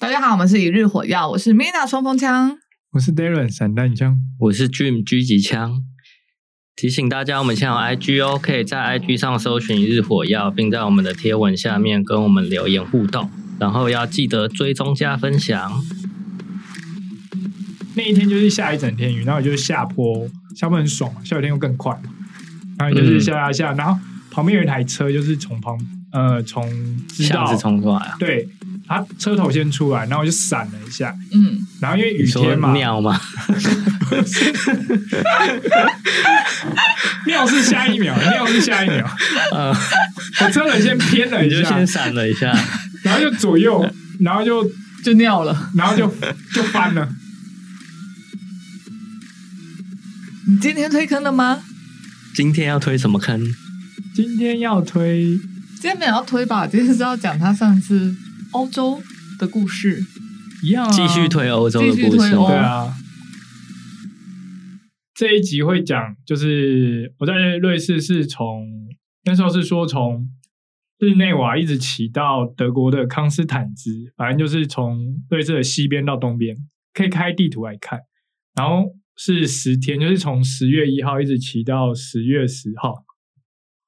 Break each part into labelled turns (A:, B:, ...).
A: 大家好，我们是一日火药，我是 Mina 冲锋枪。
B: 我是 Darren 散弹枪，
C: 我是 Dream 狙击枪。提醒大家，我们现在有 IG 哦，可以在 IG 上搜寻“一日火药”，并在我们的贴文下面跟我们留言互动，然后要记得追踪加分享。
B: 那一天就是下一整天雨，然后就是下坡，下坡很爽啊嘛，下雨天又更快嘛，然后就是下
C: 嗯
B: 下下，然后旁边有一台车，就是从旁呃从知
C: 巷
B: 道
C: 子冲出来啊！
B: 对，他车头先出来，然后我就闪了一下，
A: 嗯，
B: 然后因为雨
C: 你说
B: 天嘛，
C: 尿 吗？
B: 尿是下一 秒，尿是下一秒，
C: 呃，
B: 我车轮先偏了
C: 你
B: 一
C: 就
B: 下，
C: 先闪了一下，
B: 然后就左右，然后就
A: 就尿了。
B: 然后就就翻了，
A: 你今天推坑了吗？
C: 今天要推什么坑？
B: 啊今天要推
A: 今天没有要推吧？今天是要讲他上次欧洲的故事。
B: 一样、啊，
C: 继续推欧洲
A: 继
C: 的
A: 续
C: 故
A: 推
C: 事哦
A: 欧
B: 对
C: 吗？
B: 啊，这一集会讲，就是我在瑞士是从那时候是说从日内瓦一直骑到德国的康斯坦兹，反正就是从瑞士的西边到东边，可以开地图来看。然后是十天，就是从十月一号一直骑到十月十号，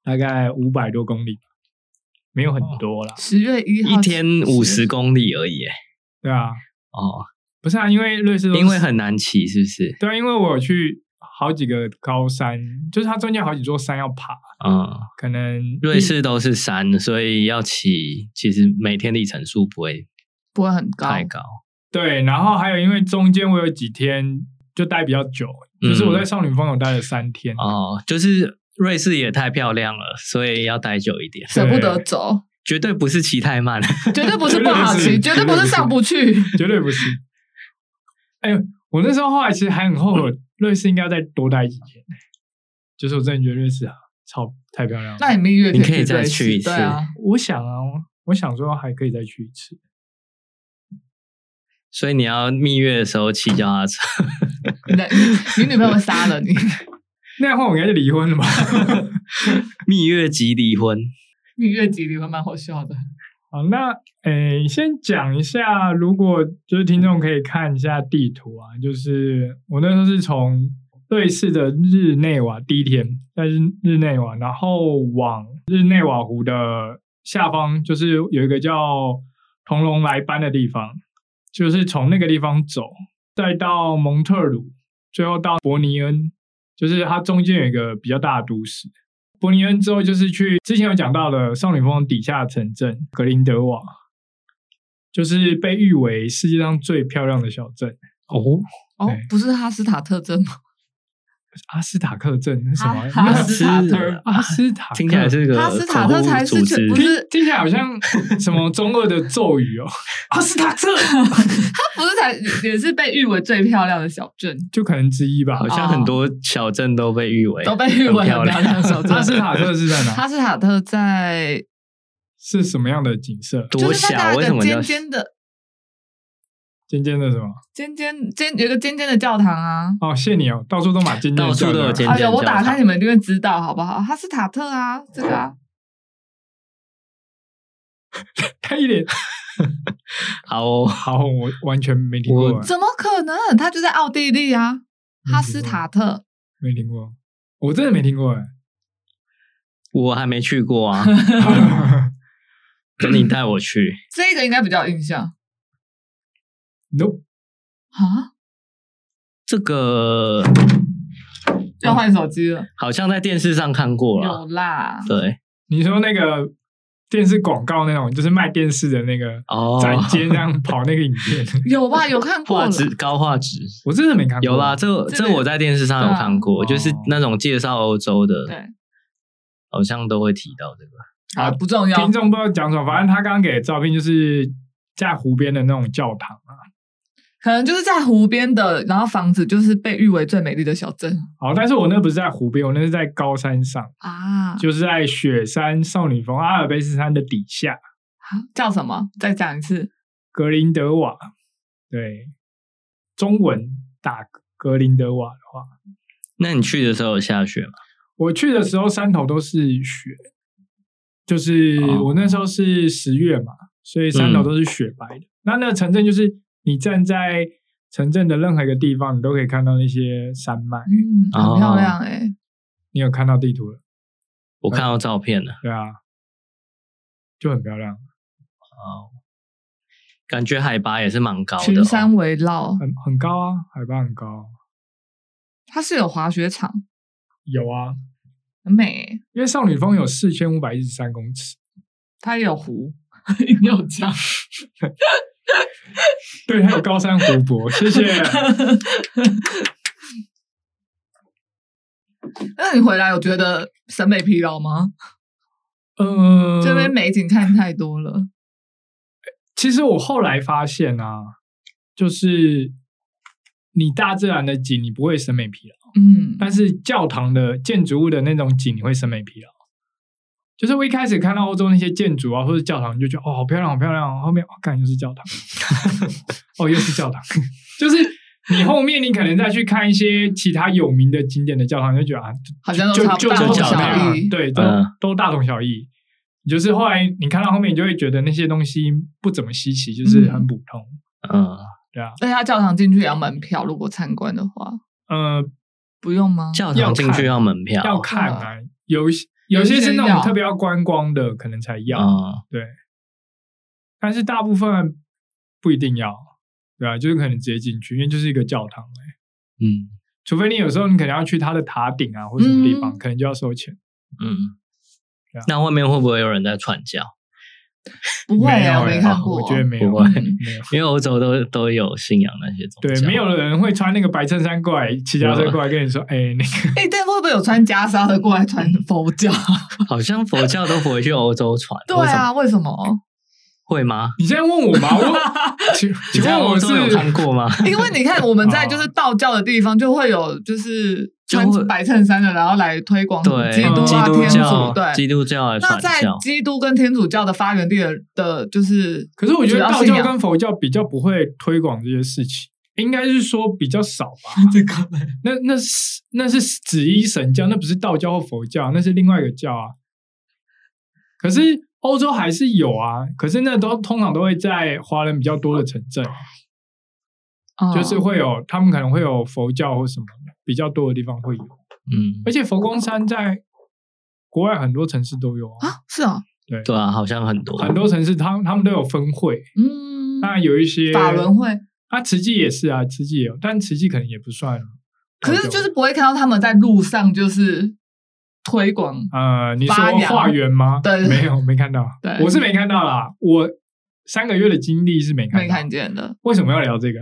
B: 大概五百多公里，没有很
C: 哦
B: 多啦。
A: 十月一
B: 啊
C: 一
A: 号
C: 天五十公里而已，哎
B: 对啊，
C: 哦，
B: 不是啊，因为瑞士都是
C: 因为很难骑，是不是？
B: 对啊，因为我有去好几个高山，就是它中间有好几座山要爬，
C: 嗯，
B: 可能
C: 瑞士都是山，所以要骑，其实每天里程数不会
A: 不会很高，
C: 太高。
B: 对，然后还有因为中间我有几天就待比较久，就是我在少女峰有待了三天，
C: 哦，就是瑞士也太漂亮了，所以要待久一点，
A: 舍不得走，
C: 绝对不是骑太慢。
A: 绝对不是不好骑，绝
B: 绝
A: 对
B: 对不是
A: 不是上不去。
B: 绝对不是。哎呦，我那时候后来其实还很后悔，瑞士应该要再多待几天，就是我真的觉得瑞士啊，超太漂亮了。
A: 那你蜜月
C: 你可以
A: 去
C: 再
A: 瑞士
C: 去一次
A: 对啊，
B: 我想啊，我我想说还可以再去一次，
C: 所以你要蜜月的时候骑脚踏车，
A: 你的你女朋友会杀了你。
B: 那样的话我应该就离婚了吧？
C: 蜜月即离 婚。
A: 蜜月集离婚蛮好笑的，
B: 好，那诶，先讲一下，如果就是听众可以看一下地图啊，就是我那时候是从瑞士的日内瓦第一天在日日内瓦，然后往日内瓦湖的下方，就是有一个叫铜龙来班的地方，就是从那个地方走，再到蒙特鲁，最后到伯尼恩，就是它中间有一个比较大的都市。伯尼恩之后就是去之前有讲到的少女峰底下城镇格林德瓦，就是被誉为世界上最漂亮的小镇
C: 哦，
A: 哦
B: 对，
A: 不是哈斯塔特镇吗？
B: 阿斯塔克镇，那什 么
A: 哈哈
B: 那
A: 啊斯塔特
B: 阿斯塔克
C: 啊听起来是个
A: 哈斯塔特才是
C: 恐怖组
A: 全
C: 织
A: 不
B: 听
A: 是
B: 听起来好像什么中二的咒语哦， 阿斯塔克
A: 不是才也是被誉为最漂亮的小镇，
B: 就可能之一吧
C: 好。像很多小镇都被誉为
A: 都被誉为很
C: 很
A: 漂
C: 漂
A: 亮的
C: 亮，
A: 小
B: 阿斯
A: 镇。
B: 塔克是在 哪？
A: 哈斯塔特在
B: 是什么样的景色？
C: 多
A: 就是在
C: 小？为
A: 那
C: 什
A: 个
C: 么叫
A: 尖尖的
B: 尖尖的什么？
A: 尖尖尖有一个尖尖的教堂啊。
B: 哦，谢你哦，到处都马尖尖的
C: 到处
B: 教
C: 都有
B: 堂
C: 尖
A: 哎呦，我
C: 教堂
A: 打开你们就会知道好不好？哈斯塔特啊，这个啊，
B: 他一脸
C: 好哦？
B: 好，我完全没听过
C: 我，
A: 怎么可能？它就在奥地利啊，哈斯塔特。
B: 没听过，我真的没听过 哎。
C: 我还没去 过啊，等你带我去。
A: 这个应该比较有印象
B: Nope，
A: 啊。
C: 这个
A: 要换手机了，
C: 好像在电视上看过
A: 有
C: 了，
A: 啦，
C: 对
B: 你说那个电视广告那种，就是卖电视的那个
C: 哦，
B: 展间这 样跑那个影片，
A: 有吧？有看过
C: 画
A: 了。
C: 质高画质，
B: 我真的没看过。
C: 有啦，，这
A: 这
C: 这
A: 个嗯
C: 我在电视上有看过，
B: 对
C: 就
B: 啊
C: 是那种介绍欧洲的，
A: 对，
C: 好像都会提到这个。
A: 啊，不重要
B: 听。众不知道讲什么，反正他刚刚给的照片就是在湖边的那种教堂啊。
A: 可能就是在湖边的，然后房子就是被誉为最美丽的小镇
B: 好，但是我那不是在湖边，我那是在高山上，
A: 啊。
B: 就是在雪山少女峰阿尔卑斯山的底下，
A: 啊叫什么？再讲一次。
B: 格林德瓦。对，中文打格林德瓦的话，
C: 那你去的时候有下雪吗？
B: 我去的时候山头都是雪，就是
C: 哦
B: 我那时候是十月嘛，所以三楼都是雪白的。那那个城镇就是你站在城镇的任何一个地方，你都可以看到那些山脉。
A: 嗯，很
B: 哦
A: 漂亮哎、
B: 你有看到地图了？
C: 我看到照片了，
B: 对啊，就很漂亮，
C: 哦感觉海拔也是蛮高的、
A: 群山
C: 哦。
A: 围绕，
B: 很很高啊，海拔很高。
A: 它是有滑雪场，
B: 有啊，
A: 很美、欸。
B: 因为少女峰有四千五百一十三公尺。
A: 它也有湖， 你有讲，
B: 对，还有高山湖泊，谢谢。
A: 那你回来有觉得审美疲劳吗？
B: 嗯，
A: 这边美景看太多了，
B: 其实我后来发现啊，就是你大自然的景，你不会审美疲劳，
A: 嗯，
B: 但是教堂的建筑物的那种景，你会审美疲劳。就是我一开始看到欧洲那些建筑啊，或者教堂，你就觉得哦，好漂亮，好漂亮哦。后面哦，看又是教堂， 哦，又是教堂， 就是你后面你可能再去看一些其他有名的景点的教堂，你就觉得啊，
A: 好像
B: 就
A: 都差不
B: 就
A: 大
B: 就
A: 同
C: 教堂
A: 小
B: 那
A: 异
B: 样，。对，都、
C: 嗯
B: 都大同小异。就是后来你看到后面，你就会觉得那些东西不怎么稀奇，就是很普通，
C: 嗯，
B: 对啊，
A: 但是它教堂进去也要门票，如果参观的话，
B: 呃，
A: 不用吗？
C: 教堂进去要门票，
B: 要看啊，有一些有一些是
A: 有一些
B: 那种
A: 要
B: 特别要观光的，可能才要，
C: 嗯，
B: 对。但是大部分不一定要，对啊，就是可能直接进去，因为就是一个教堂、欸、
C: 嗯
B: 除非你有时候你可能要去它的塔顶啊，或者什么地方，
A: 嗯
B: 可能就要收钱。
C: 嗯
B: 对啊。
C: 那外面会不会有人在传教？
A: 不会
B: 没有
A: 啊，我
B: 欸
A: 没看过。
B: 我觉得没有，
C: 不会
A: 嗯
B: 没有。
C: 因为欧洲都都有信仰那些宗
B: 对，
C: 教。
B: 没有人会穿那个白衬衫过来，骑脚踏车过来跟你说，哎、那个
A: 哎、但会不会有穿袈裟的过来传佛教？，
C: 好像佛教都不会去欧洲传
A: 对
C: 为什么，
A: 啊，为什 么？
C: 会吗？
B: 你现在问我吗？我请
C: 你
B: 请
C: 在
B: 问
C: 欧
B: 我是
C: 洲有看过吗？
A: 因为你看，我们在就是道教的地方，就会有就是穿
C: 哦就会
A: 白衬衫的，然后来推广
C: 对，
A: 基督啊、
B: 基
A: 天
C: 教
A: 主，对，
C: 基督教的
A: 那
C: 传
A: 在
C: 教，
A: 基督跟天主教的发源地的的，就是
B: 可是我觉
A: 主
B: 得
A: 要
B: 道
A: 信
B: 教
A: 仰
B: 跟佛教比较不会推广这些事情，应该是说比较少
A: 。
B: 吧
A: 这个
B: 那那是那是紫衣神教，那不是道教或佛教，那是另外一个教啊。可是欧洲还是有啊，可是那都通常都会在华人比较多的城镇，
A: 哦
B: 就是会有他们可能会有佛教或什么的比较多的地方会有，
C: 嗯，
B: 而且佛光山在国外很多城市都有啊，
A: 啊，是啊，
C: 对啊，好像很多
B: 很多城市他们他们都有分会，
A: 嗯，
B: 那有一些
A: 法轮会，
B: 啊，慈济也是啊，慈济也有，但慈济可能也不算。呃
A: 可是就是不会看到他们在路上就是推广，
B: 呃，你说
A: 发扬
B: 化缘吗？
A: 对
B: 没有没看到，
A: 对
B: 我是没看到啦。我三个月的经历是没看到，
A: 没看见的，
B: 为什么要聊这个？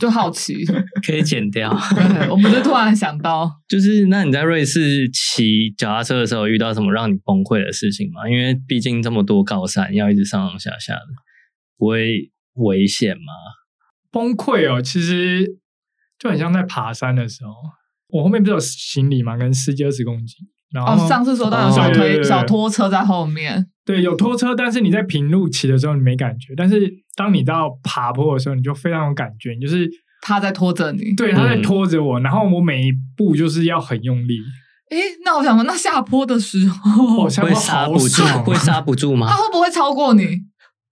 A: 就好奇。
C: 可以剪掉。
A: 对，我们就突然想
B: 哦
A: 到，
C: 就是那你在瑞士骑脚踏车的时候遇到什么让你崩溃的事情吗？因为毕竟这么多高山，要一直上上下下的，不会危险吗？
B: 崩溃哦，其实就很像在爬山的时候，我后面不是有行李嘛，可能十几二十公斤，然后、
A: 哦，上次说到有
C: 哦
A: 小
B: 对对
A: 推
B: 对
A: 小拖车在后面，
B: 对有拖车，但是你在平路骑的时候你没感觉，但是当你到爬坡的时候，你就非常有感觉，你就是
A: 他在拖着你。
B: 对他在
C: 嗯
B: 拖着我，然后我每一步就是要很用力。
A: 诶，那我想问，那下坡的时候
B: 哦，，下
C: 会
B: 坡
C: 刹
B: 好
C: 不住，
B: 爽，
C: 会刹不住吗
A: 他？会不会超过你？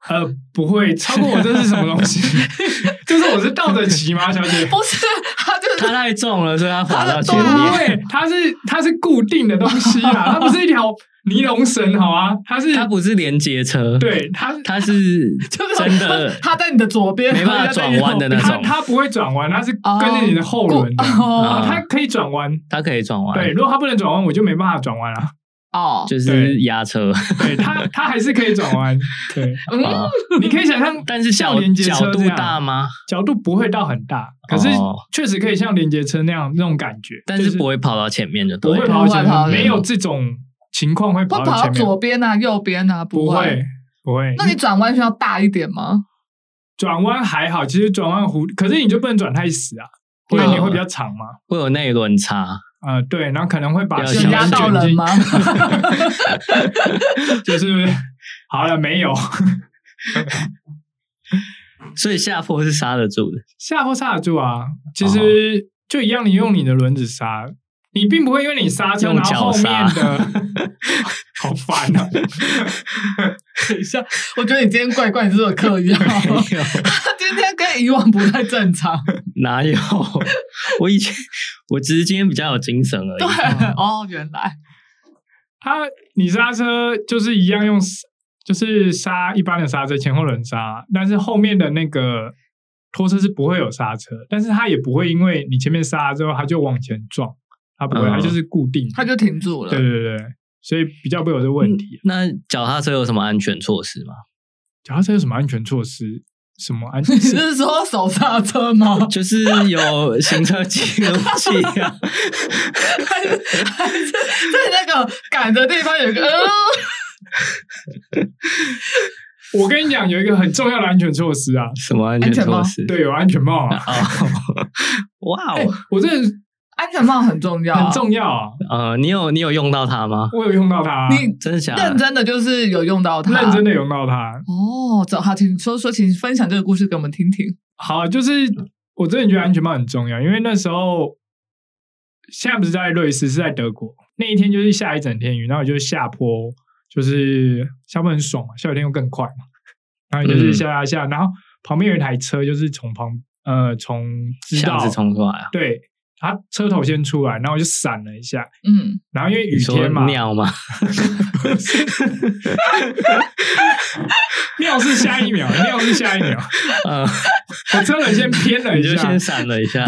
B: 呃，不 会超过我，这是什么东西？就是我是倒着骑吗，小 姐？
A: 不是，他就是
C: 它太重了，所以它滑到前
A: 对啊
B: 不
C: 面。
B: 会，它是它是固定的东西 啦，它不是一条尼龙绳，好啊，它是
C: 它不是连接车，，
B: 对它
C: 它是
A: 就是
C: 真的
A: 他在你的左边，
C: 没办法转弯的那
B: 它
C: 种，
B: 它不会转弯，它是
A: 哦
B: 跟着你的后轮的，
A: 哦
B: 啊它可以转弯。
C: 它可以转弯，
B: 对，如果它不能转弯，我就没办法转弯了。
A: 哦，
C: 就是压车。
B: 对，它它还是可以转弯。 对，
C: 啊
A: 嗯，
B: 你可以想象，
C: 但是
B: 像
C: 角
B: 连接车
C: 角
B: 这
C: 度
B: 样
C: 大吗？
B: 角度不会到很大，可是
C: 哦
B: 确实可以像连接车那样那种感觉，
C: 但是不会跑到前面就
B: 不
C: 对
B: 会
C: 了。
B: 跑到
A: 不
B: 前
A: 会跑到
B: 面，
A: 前面
B: 没有这种情况会
A: 会
B: 跑
A: 跑
B: 到
A: 到
B: 前面，
A: 左边啊，右边啊，
B: 不
A: 会
B: 会。不会。
A: 那你转弯需要大一点吗？
B: 转弯还好，其实转弯弧，可是你就不能转太死啊，因为你会比较长嘛。
C: 会有内轮差，
B: 呃，对，然后可能会把
C: 要
B: 小
A: 有
C: 呃小心
A: 压到
B: 卷
A: 人
B: 进
A: 吗？？
B: 就是好了，没有
C: 所以下坡是刹得住的。
B: 下坡刹得住啊。其实就一样，你用你的轮子刹，你并不会因为你刹车，
C: 用
B: 然后
C: 脚
B: 后面
C: 刹
B: 的 好烦啊！
A: 等一下， 我觉得你今天怪怪，你是不是有嗑 药？
B: 哦
C: 没有
A: 他今天跟以往不太正 常。
C: 哪 有？我以前我只是今天比较有精神而
A: 对
B: 啊
C: 已。，
A: 哦，原来
B: 它你刹车就是一样用，就是刹一般的刹车，前后轮刹，但是后面的那个拖车是不会有刹车，但是它也不会因为你前面刹了之后，它就往前撞，它不会，
C: 嗯
B: 它就是固定的。
A: 他嗯就停住了
B: 对。对对，所以比较不会有这问题。
C: 那啊脚踏车有什么安全措施吗？
B: 脚踏车有什么安全措施？什么安 全
A: 你？是说手刹车吗？
C: 就是有行车记录器啊，
A: 还是还是在那个杆的地方有一个？呃
B: 我跟你讲，有一个很重要的安全措施啊，
C: 什么安全措施？
B: 对，有安全帽 啊，
C: 哦，哇
B: 哎
C: 哦，
B: 我这很
A: 安全帽很重要啊，
B: 重要啊，
C: 呃，你有你有用到它吗？
B: 我有用到它啊，
A: 你
C: 真的假的？
A: 认真的就是有用到它，
B: 认真的用到它。
A: 哦，走好，请说说，请分享这个故事给我们听听。
B: 好，就是我真的觉得安全帽很重要，因为那时候现在不是在瑞士，是在德国。那一天就是下一整天雨，然后我就下坡，就是下坡很爽嘛，下雨天又更快嘛，然后
C: 嗯
B: 就是下下下，然后旁边有一台车，就是从旁呃从知道
C: 巷子冲出来啊？
B: 对，他车头先出来，然后我就闪了一下，
A: 嗯，
B: 然后因为
C: 你
B: 雨
C: 说
B: 天嘛，
C: 尿吗？
B: 尿是下一秒，尿是下一秒，
C: 呃，
B: 我车头先偏了
C: 你
B: 一
C: 就
B: 下，
C: 先闪了一下，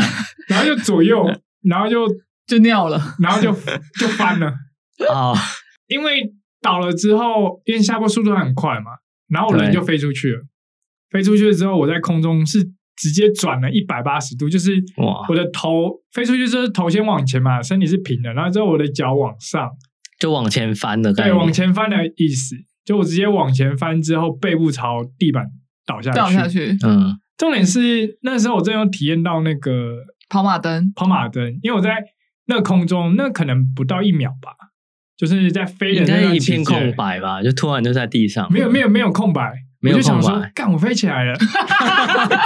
B: 然后就左右，然后就
A: 就尿了。
B: 然后就就翻了，
C: 哦，
B: 因为倒了之后，因为下坡速度很快嘛，然后我人
C: 对
B: 就飞出去了，飞出去之后，我在空中是直接转了一百八十度，就是
C: 哇
B: 我的头飞出去之后，头先往前嘛，身体是平的，然后之后我的脚往上，
C: 就往前翻的概
B: 对，
C: 念，
B: 往前翻的意思，就我直接往前翻之后，背部朝地板倒下去。
A: 掉下去，
C: 嗯，
B: 重点是那时候我真的有体验到那个
A: 跑马灯，
B: 跑马灯，因为我在那空中，那可能不到一秒吧，就是在飞
C: 应
B: 的那
C: 该
B: 段
C: 一
B: 期间
C: 片空，白吧？就突然就在地上，
B: 没有没有没有空白，
C: 没有
B: 我就想
C: 空
B: 说
C: 白，
B: 干我飞起来 了，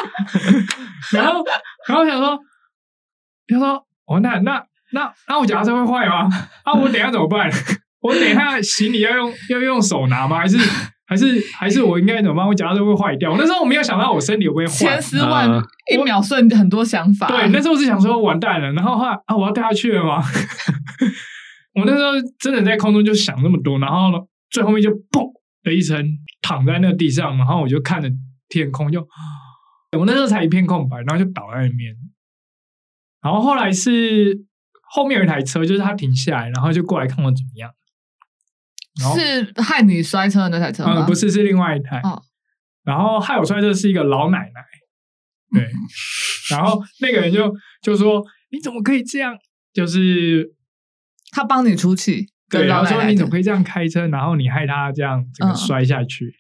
B: 然后然后我想说，他说哦那那那那我脚踏车会坏吗？啊我等一下怎么办？我等一下行李要用要用手拿吗？还是还是还是我应该怎么办？我脚踏车会坏掉。那时候我没有想到我身体会不会坏
A: 千，丝万
C: 嗯
A: 一秒瞬很多想法。
B: 对，那时候我是想说完蛋了，然后后来啊，我要掉下去了吗？ 我那时候真的在空中就想那么多，然后呢，最后面就嘣的一声躺在那地上，然后我就看着天空就，我那时候才一片空白，然后就倒在里面。然后后来是后面有一台车，就是他停下来，然后就过来看我怎么样。然后
C: 哦
A: 是害你摔车的那台车吗？
B: 嗯，不，是，是另外一台。
A: 哦
B: 然后害我摔车是一个老奶奶，
A: 嗯
B: 对。然后那个人就就说：“你怎么可以这样？”就是
A: 他帮你出气。
B: 对，
A: 跟
B: 然
A: 老
B: 后
A: 奶
B: 说
A: 奶
B: 你怎么
A: 的
B: 可以这样开车，然后你害他这样整个
A: 嗯
B: 摔下去。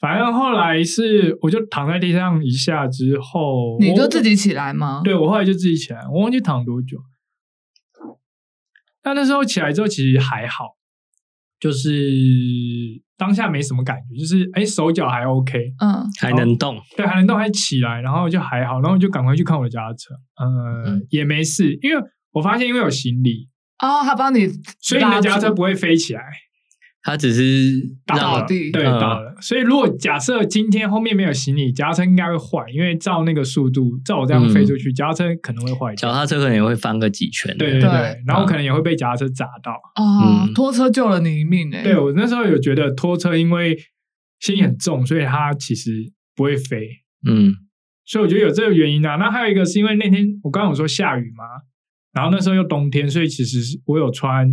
B: 反正后来是我就躺在地上一下之后，
A: 你
B: 我
A: 就自己起来吗？
B: 对我后来就自己起来，我忘记躺多久。但那时候起来之后其实还好，就是当下没什么感觉，就是哎手脚还 OK，
A: 嗯，
C: 还能动，
B: 对，还能动还起来，然后就还好，然后就赶快去看我的脚踏车，呃，
C: 嗯
B: 也没事，因为我发现因为有行李，
A: 哦，他帮你，
B: 所以你的脚踏车不会飞起来，
C: 它只是
B: 倒
A: 到
B: 了，
C: 让
A: 地
B: 对，
C: 嗯
B: 倒了。所以如果假设今天后面没有行李，脚踏车应该会坏，因为照那个速度，照我这样飞出去，脚踏车可能会坏
C: 嗯脚嗯
B: 掉。
C: 踏车可能也会翻个几圈，
B: 对对
A: 对
B: 对，然后可能也会被脚踏车砸到。
A: 哦
C: 嗯，
A: 拖车救了你一命欸诶。
B: 对我那时候有觉得拖车因为行李很重，所以它其实不会飞，
C: 嗯，
B: 所以我觉得有这个原因啊。那还有一个是因为那天我刚刚有说下雨嘛，然后那时候又冬天，所以其实是我有穿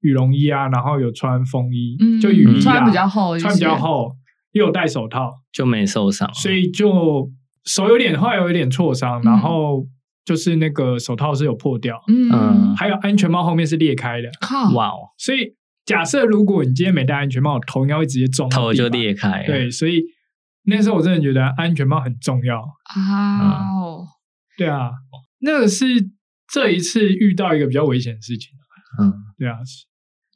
B: 羽绒衣啊，然后有穿风衣，
A: 嗯，
B: 就雨衣、啊、
A: 穿比较厚一些，
B: 穿比较厚，又有戴手套，
C: 就没受伤，
B: 所以就手有点后来有点挫伤，
A: 嗯
B: 然后就是那个手套是有破掉，
A: 嗯
C: 嗯，
B: 还有安全帽后面是裂开的，
A: 靠，
C: 哇哦，
B: 所以假设如果你今天没戴安全帽，头应该会直接撞到
C: 头就
B: 地板
C: 裂开了，嗯
B: 对，所以那时候我真的觉得安全帽很重要。
A: 啊哦，
B: 对啊，那个是这一次遇到一个比较危险的事情。
C: 嗯，
B: 对啊，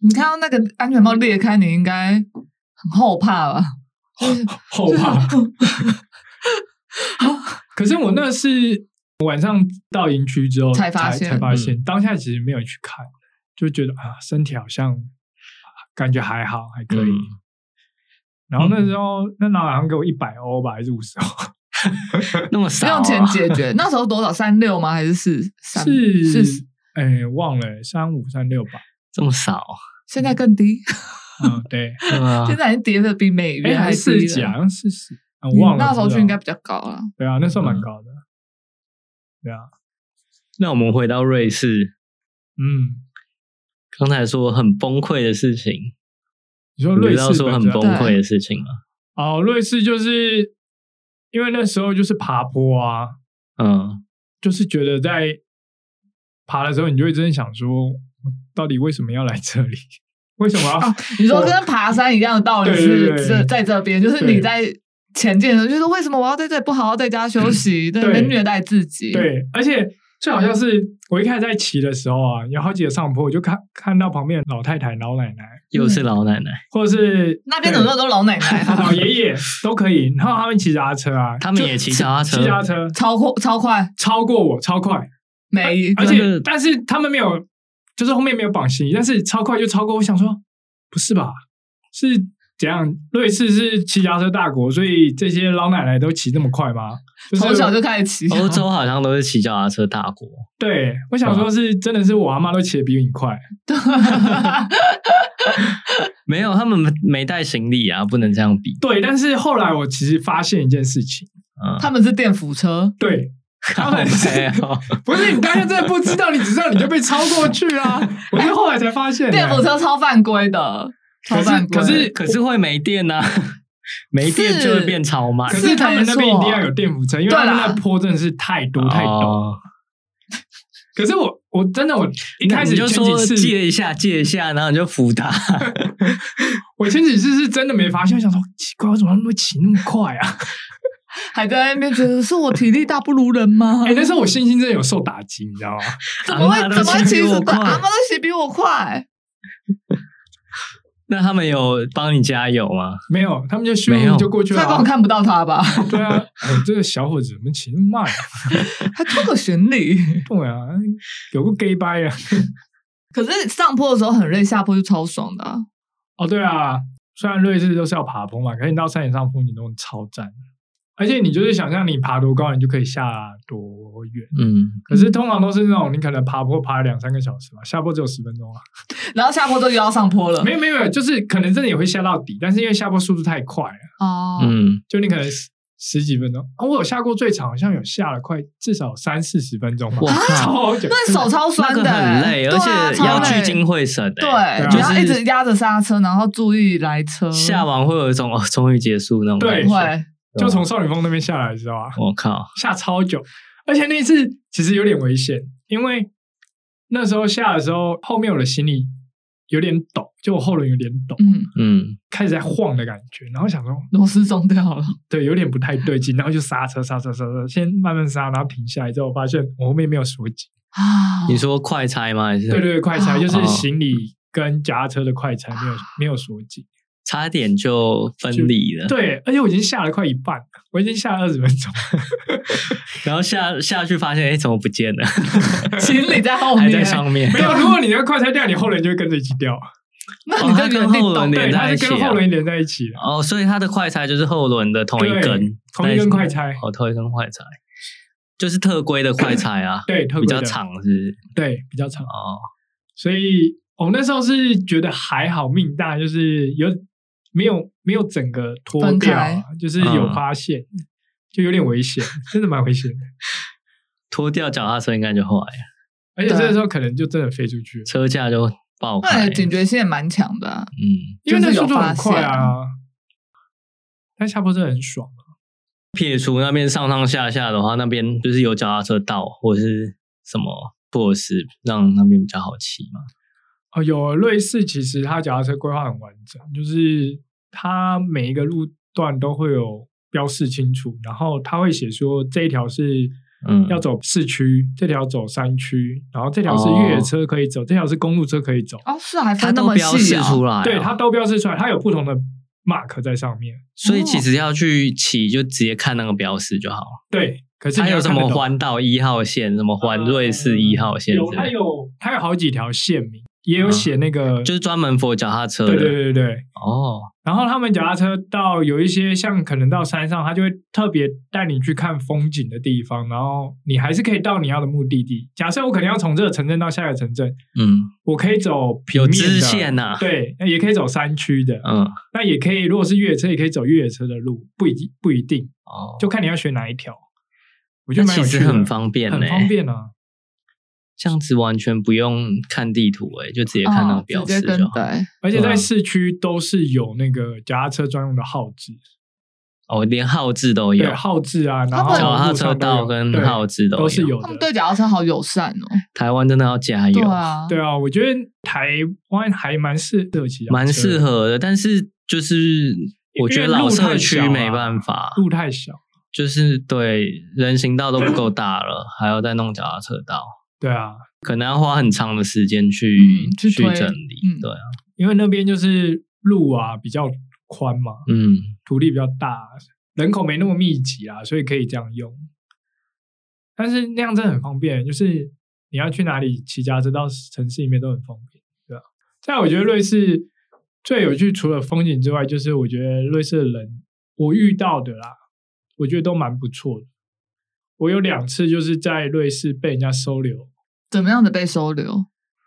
A: 你看到那个安全
B: 嗯
A: 帽裂开，你应该很后怕吧？就是
B: 后怕。可是我那是晚上到营区之后
A: 才发现嗯
B: 才发现，当下其实没有去看，就觉得啊，身体好像感觉还好，还可以。
C: 嗯
B: 然后
A: 嗯
B: 那时候，那老板好像给我一百欧吧，还是五十欧？
C: 那么
A: 不
C: 少、
A: 用
C: 啊，
A: 钱解 决。那时候多少？三六吗？还是四三？
B: 是
A: 是，
B: 哎，忘了三五三六吧。
C: 这么少，啊
A: 现在更低，
B: 嗯，对，
C: 对啊
A: 现在已经跌的比美
B: 哎，
A: 元
B: 还
A: 还
B: 是
A: 低
B: 四几啊，
A: 了。
B: 好像四十，啊
A: 嗯
B: 我忘了。
A: 那时候
B: 不知
A: 去
B: 道
A: 应该比较高了。
B: 对啊，那时候蛮
C: 嗯
B: 高的。对啊，
C: 那我们回到瑞士，
B: 嗯，
C: 刚才说很崩溃的事情，
B: 你说
C: 你
B: 哦瑞
C: 知道
B: 士
C: 说
B: 本
C: 很
B: 身啊
C: 崩溃的事情吗？
B: 哦，瑞士就是因为那时候就是爬坡啊，
C: 嗯，
B: 就是觉得在爬的时候，你就会真的想说，我到底为什么要来这里？ 为什么要？
A: 你说跟爬山一样的道理
B: 对对
A: 是
B: 对
A: 这在这边，就是
B: 对
A: 你在前进的时候，就是为什么我要在这里不好好在家休息，在那边
B: 对
A: 虐待自己？，
B: 对，而且最好像是我一开始在骑的时候啊，有好几个上坡，我就看看到旁边的老太太、老奶奶，
C: 又
A: 嗯
C: 是老奶奶，
B: 或者是
A: 那边怎么那么多老奶奶
B: 对
A: 啊？
B: 老爷爷都可以，然后他们骑脚踏车啊，
C: 他们
B: 就
C: 也骑脚踏车
B: 骑脚踏车
A: 超快，超快，
B: 超过我，超快，
A: 没，
B: 而
C: 真的
B: 且但是他们没有，就是后面没有绑行李，但是超快就超过。我想说，不是吧？是怎样？瑞士是骑脚踏车大国，所以这些老奶奶都骑那么快吗？就是、
A: 从小就开始骑。
C: 欧洲好像都是骑脚踏车大国，
B: 对，我想
C: 嗯
B: 说是真的是我阿妈都骑的比你快，
C: 没有，他们没带行李啊，不能这样比。
B: 对。但是后来我其实发现一件事情，
C: 嗯，
A: 他们是电扶车，
B: 对，他 们是
C: 靠背哦
B: 不是你当下真的不知道，你只知道你就被超过去啊！ 我是后来才发现、
A: 电扶车超犯规的，超
B: 可
A: 犯
B: 是
A: 规。
B: 可是
C: 可是会没电呐、 没电就会变超慢
B: 可。
A: 啊是
B: 是他们那边
A: 没
B: 一
A: 错
B: 定要有电扶车，因为他们
A: 对啊啦
B: 那坡真的是太多太陡了。
C: 哦，
B: 可是我我真的我一开始
C: 你就
B: 前
C: 说
B: 几次，
C: 借一下，借一下，然后你就扶 他。
B: 我前几次是真的没发现，我想说奇怪，我怎么那么骑那么快 啊？
A: 还在那边觉得是我体力大不如人吗
B: 哎、？ 那时候我信心真的有受打击，你知道吗？
A: 怎么会
C: 阿嬷都
A: 怎么会
C: 骑
A: 骑
C: 比我
A: 对
C: 快
A: 阿妈都骑比我快，
C: 那他们有帮你加油吗？
B: 没有，他们就
C: 没有
B: 咻就过去了
A: 再帮
B: 啊、
A: 我看不到他 吧？
B: 对啊，哎这个小伙子怎么骑那么慢、啊？
A: 还拖个行李。
B: 对啊，有个 gay 掰啊！
A: 可是上坡的时候很累，下坡就超爽的啊、
B: 哦，对啊，虽然瑞士都是要爬坡嘛，可是你到山顶上坡，你都能超赞。而且你就是想象你爬多高，你就可以下多远。
C: 嗯，
B: 可是通常都是那种你可能爬坡爬两三个小时嘛，下坡只有十分钟啊。
A: 然后下坡之后又要上坡了。
B: 没有没有没有，就是可能真的也会下到底，但是因为下坡速度太快了，
A: 哦，
C: 嗯，
B: 就你可 能十十几分钟啊，我有下过最长，好像有下了快至少三四十分钟吧，
C: 哇靠
B: 超久。
A: 那手超
C: 那
A: 酸
C: 个
A: 的、欸，
C: 很累，而
A: 对啊
C: 且
A: 超
C: 要
A: 累
C: 聚精会神、欸。
A: 对，
B: 啊
A: 你要一
C: 就是
A: 直压着刹车，然后注意来车。
C: 下完会有一种哦，终于结束那种
B: 对
C: 感觉。
A: 会，
B: 就从少女峰那边下来，知道吧？
C: 我靠，
B: 啊下超久，而且那一次其实有点危险，因为那时候下的时候，后面我的行李有点抖，就我后轮有点抖，
A: 嗯，
C: 嗯，
B: 开始在晃的感觉，然后想说
A: 螺丝松掉了，
B: 对，有点不太对劲，然后就刹车刹车刹车，先慢慢刹，然后停下来之后，发现我后面没有锁紧。
A: 啊！
C: 你说快拆吗？还是
B: 对对对，快拆
A: 哦
B: 就是行李跟脚踏车的快拆没有没有锁紧。
C: 差点就分离了？
B: 对，而且我已经下了快一半了，我已经下了二十分钟。
C: 然后下下去发现，哎，怎么不见了？
A: 行李在后
C: 还
A: 面，
C: 在上面。
B: 没有，如果你那个快拆掉，你后轮就会跟着一起掉。
A: 那
C: 哦
A: 你
C: 它
A: 就原
C: 跟
A: 地
C: 后轮
A: 动。
C: 连
B: 对，它
C: 在一起
B: 是
C: 啊
B: 跟后轮连在一起的。
C: 哦，所以它的快拆就是后轮的同一
B: 对
C: 根，
B: 同一根快拆，
C: 哦，同一根快拆，就是特规的快拆啊
B: 对，特
C: 比
B: 贵的
C: 较，长是不是
B: 对，比较长。
C: 哦，
B: 所以我们那时候是觉得还好，命大，就是有没有没有整个脱
A: 分
B: 掉
A: 开
B: 啊，就是有
C: 嗯
B: 发现，就有点危险，真的蛮危险的。
C: 脱掉脚踏车应该就后来了
B: 而且
A: 对啊
B: 这个时候可能就真的飞出去了，
C: 车架就爆
A: 那
C: 开，
B: 哎
A: 你哎的警觉性也蛮强的啊、
C: 嗯，
B: 因为那
A: 就是
B: 速
A: 有
B: 度很
A: 发现
B: 快啊。但下坡真的很爽啊，
C: 撇除那边上上下下的话，那边就是有脚踏车道或是什么措施让那边比较好骑嘛，
B: 哦，有瑞士其实它脚踏车规划很完整，就是它每一个路段都会有标示清楚，然后它会写说这一条是
C: 嗯
B: 要走市区，这条走山区，然后这条是越野车可以走，这条是公路车可以走，
A: 哦，是啊还
C: 它
A: 分那
C: 都
A: 么
C: 标
A: 细
C: 示
A: 啊、
C: 出来、哦
B: 对，它，都标示出来，它有不同的 mark 在上面，
C: 所以其实要去骑就直接看那个标示就好了。
B: 对，可是
C: 它
B: 你要
C: 有什
B: 看得
C: 么
B: 懂
C: 环岛一号线，什么环瑞士一号线
B: 呃有
C: 之
B: 它
C: 类的，嗯
B: 有它有好几条线名，也有写那个，
C: 就是专门佛脚踏车的。
B: 对对对对对。
C: 哦，
B: 然后他们脚踏车到有一些像可能到山上，他就会特别带你去看风景的地方，然后你还是可以到你要的目的地。假设我可能要从这个城镇到下一个城镇，
C: 嗯
B: 我可以走平
C: 有
B: 面的
C: 支线呐
B: 对，也可以走山区的，
C: 嗯，
B: 那也可以如果是越野车，也可以走越野车的路，不一定不一定，
C: 哦，
B: 就看你要选哪一条。我觉
C: 那
B: 得蛮
C: 其
B: 有
C: 实
B: 趣的，
C: 很方便欸
B: 很
C: 嘞，
B: 方便啊。
C: 这样子完全不用看地图诶，就直接看
B: 啊
C: 那个
A: 哦
C: 标
A: 直
C: 识
A: 接跟
C: 就好。
A: 对，
B: 而且
C: 对啊
B: 在市区都是有那个脚踏车专用的号志，
C: 哦，连号志都有
B: 对，号志啊，然后
A: 们
C: 脚踏
B: 路
C: 车哦
B: 上都有
C: 道跟
B: 对
C: 号志
B: 都是
C: 有。
B: 有
A: 他们
B: 的。
A: 对脚踏车好友善哦。
C: 台湾真的要加
A: 对
C: 油，
A: 啊，
B: 对啊，我觉得台湾还蛮适合骑脚踏车的，
C: 蛮适合的。但是就是我觉得老社
B: 啊
C: 区没办法，
B: 路太小。
C: 就是对人行道都不够大 了，还要再弄脚踏车道，
B: 对啊，
C: 可能要花很长的时间去、
A: 嗯
C: 去
A: 去推
C: 整理。
A: 嗯
C: 对啊，
B: 因为那边就是路啊比较宽嘛，
C: 嗯，
B: 土地比较大，人口没那么密集啊，所以可以这样用。但是那样真的很方便，就是你要去哪里骑脚踏车到城市里面都很方便，对吧、再来我觉得瑞士最有趣，除了风景之外，就是我觉得瑞士的人，我遇到的啦，我觉得都蛮不错的。我有两次就是在瑞士被人家收留，
A: 怎么样的被收留？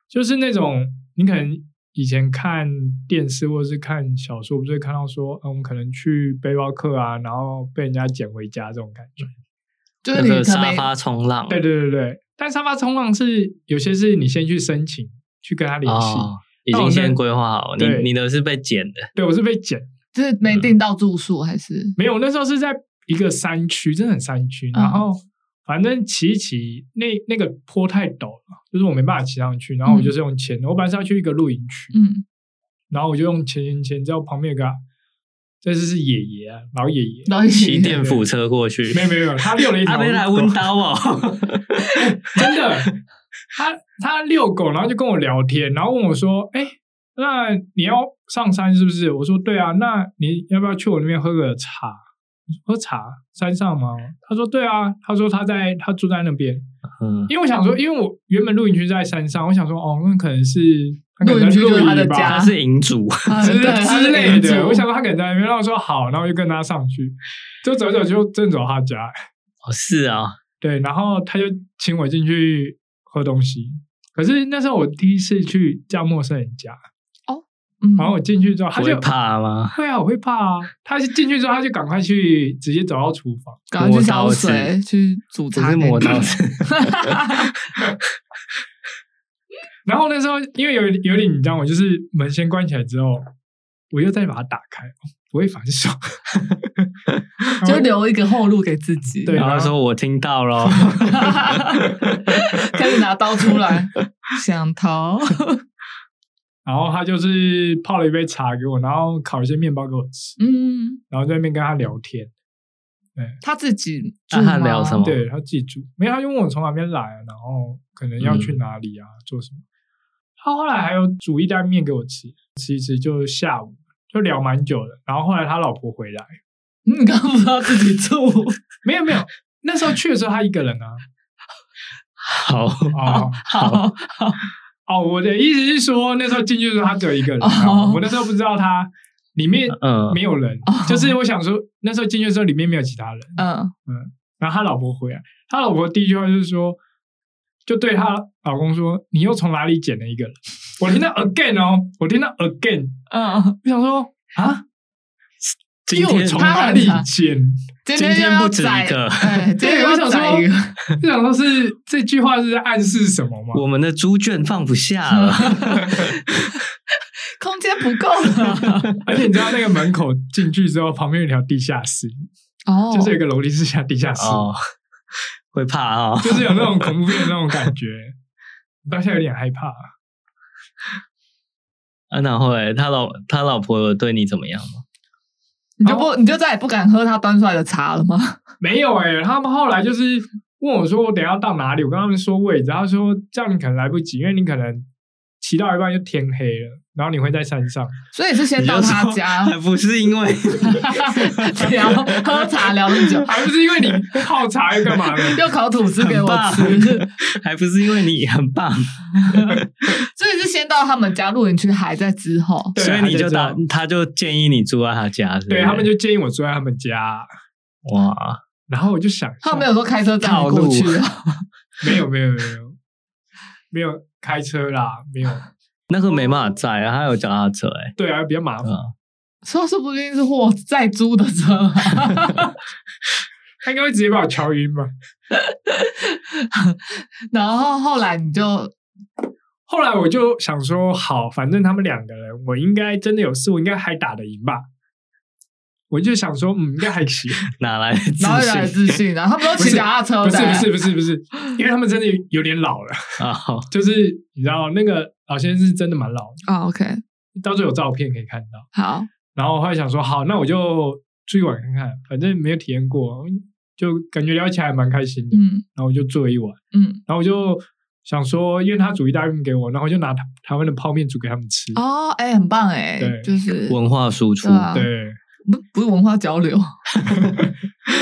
B: 就是那种你可能以前看电视或者是看小说，不是会看到说，嗯，我们可能去背包客啊，然后被人家捡回家这种感觉。
A: 就是
C: 那
A: 你
C: 个
A: 可
C: 沙
A: 没
C: 发冲浪，
B: 对对对对，但沙发冲浪是有些是你先去申请，去跟他联系。
C: 哦，已经先规划好，你
B: 对
C: 你的是被剪 的，
B: 对我是被捡，
A: 就是
C: 嗯
A: 没订到住宿还是
B: 没有，我那时候是在一个山区，真的很山区，
A: 嗯
B: 然后。反正骑一骑，那那个坡太陡了，就是我没办法骑上去。然后我就是用钱，我本来是要去一个露营区，
A: 嗯
B: 然后我就用钱钱钱，之后旁边有个，啊这就是爷爷啊，老爷爷，
A: 然后一
C: 骑
A: 起
C: 电辅车过去，
B: 没有没有没有，他遛了一 条
C: 阿
B: 狗，
C: 没来温刀 哦，
B: 真的，他他遛狗，然后就跟我聊天，然后问我说：“哎、那你要上山是不是？”我说：“对啊，那你要不要去我那边喝个茶？喝茶山上吗？”他说：“对啊。”他说他在他住在那边，
C: 嗯，
B: 因为我想说，因为我原本露营区在山上，我想说哦，那可能是他
A: 露
B: 可能
A: 营
B: 在
A: 区
B: 露
A: 就是他的
B: 营吧
A: 家
C: 他是营主，
A: 啊
B: 之
A: 对他
B: 之
A: 是
B: 类
A: 领主
B: 的。我想说他可能在那边，然后我说好，然后我就跟他上去，就走一走就真走到他家。
C: 哦是啊，
B: 对，然后他就请我进去喝东西。可是那时候我第一次去叫陌生人家，
A: 嗯，
B: 然后我进去之后，他
C: 不会
B: 就
C: 怕吗？
B: 会啊，我会怕啊。他就进去之后，他就赶快去直接走到厨房，
A: 赶快去烧
C: 磨刀
A: 水去煮
C: 只
A: 茶
C: 是
A: 给你，
C: 磨刀石，
B: 然后那时候因为有有点紧张，我就是门先关起来之后，我又再把它打开，不会反手。
A: 就留一个后路给自己。
B: 对
C: 然后说我听到 了，
A: 开始拿刀出来，想逃。
B: 然后他就是泡了一杯茶给我，然后烤一些面包给我吃，
A: 嗯，
B: 然后在那边跟他聊天。
A: 他自己住
C: 那他
A: 吗
C: 聊什么哦
B: 对他自己住，没有他就问我从哪边来啊，然后可能要去哪里啊，做什么。他后来还有煮一袋面给我吃，吃一吃就下午就聊蛮久的。然后后来他老婆回来，
A: 嗯你刚刚不知道自己住，
B: 没有没有，那时候去的时候他一个人啊。
C: 好，
B: 哦
A: 好，
B: 哦，我的意思是说那时候进去的时候他只有一个人啊，
A: 哦
B: 我那时候不知道他里面
C: 嗯
B: 没有人，就是我想说那时候进去的时候里面没有其他人。
A: 嗯，
B: 然后他老婆回来，他老婆第一句话就是说，就对他老公说：“你又从哪里捡了一个人？”我听到 again 哦，我听到 again，
A: 嗯，
B: 我想说啊，
C: 今
B: 又
C: 天
B: 从哪里捡？
A: 今
C: 今天
A: 又
C: 不
A: 要
C: 止一
A: 宰
C: 个
A: 哎，今天
B: 对，
A: 又
B: 我
A: 要
B: 想
A: 宰
B: 说
A: 一个，，
B: 就想说是这句话是在暗示什么吗？
C: 我们的猪圈放不下了，
A: 空间不够 了。
B: 而且你知道那个门口进去之后，旁边有一条地下室，
A: 哦
B: 就是有一个楼梯是下地下室，
C: 哦，会怕哦，
B: 就是有那种恐怖片的那种感觉，当下有点害怕。
C: 啊，然后嘞，他老他老婆有对你怎么样吗？
A: 你就
C: 哦
A: 不你就再也不敢喝他端出来的茶了吗？
B: 没有哎、他们后来就是问我说我等一下要到哪里，我跟他们说位置，他说这样你可能来不及，因为你可能骑到一半就天黑了，然后你会在山上，
A: 所以是先到他家
B: 啊
C: 你就说不是因为
A: 聊喝茶聊很久，
B: 还不是因为你泡茶又干 嘛呢？
A: 又烤吐司给
C: 很
A: 我
C: 棒
A: 吃，，
C: 还不是因为你很棒，
A: 所以是先到他们家露营区，还在之后。
B: 对
C: 所以你
B: 他
C: 就打
B: 就知，
C: 他就建议你住在他家，是不是
B: 对他们就建议我住在他们家，
C: 哇，
B: 然后我就想一下，
A: 他没有说开车载你过去
C: 套路
A: 啊，
B: 没有没有没有没有没有开车啦，没有，
C: 那个没办法载啊，他有脚踏车哎、
B: 对啊，比较麻烦
C: 对。啊
A: 说说不定是货在租的车啊。
B: 他应该会直接把我敲晕吧。
A: 然后后来你就
B: 后来我就想说，好，反正他们两个人，我应该真的有事，我应该还打得赢吧。我就想说，嗯，应该还行。
C: 哪来的自
A: 然后有点
C: 信
A: 自信， 然后他们都骑脚踏车
B: 不是
A: 的，
B: 不是不是 不是，因为他们真的有点老了，
C: 啊？
B: 就是你知道那个老先生是真的蛮老的，
A: 哦，OK，
B: 到时候有照片可以看到。
A: 好，
B: 然后后来想说，好，那我就住一晚看看，反正没有体验过，就感觉聊起来还蛮开心的。
A: 嗯
B: 然后我就住了一晚，
A: 嗯，
B: 然后我就想说，因为他煮意大利面给我，然后我就拿台台湾的泡面煮给他们吃。
A: 哦，哎，很棒哎
B: 对，
A: 就是
C: 文化输出、
A: 对啊
B: 对，
A: 不不是文化交流，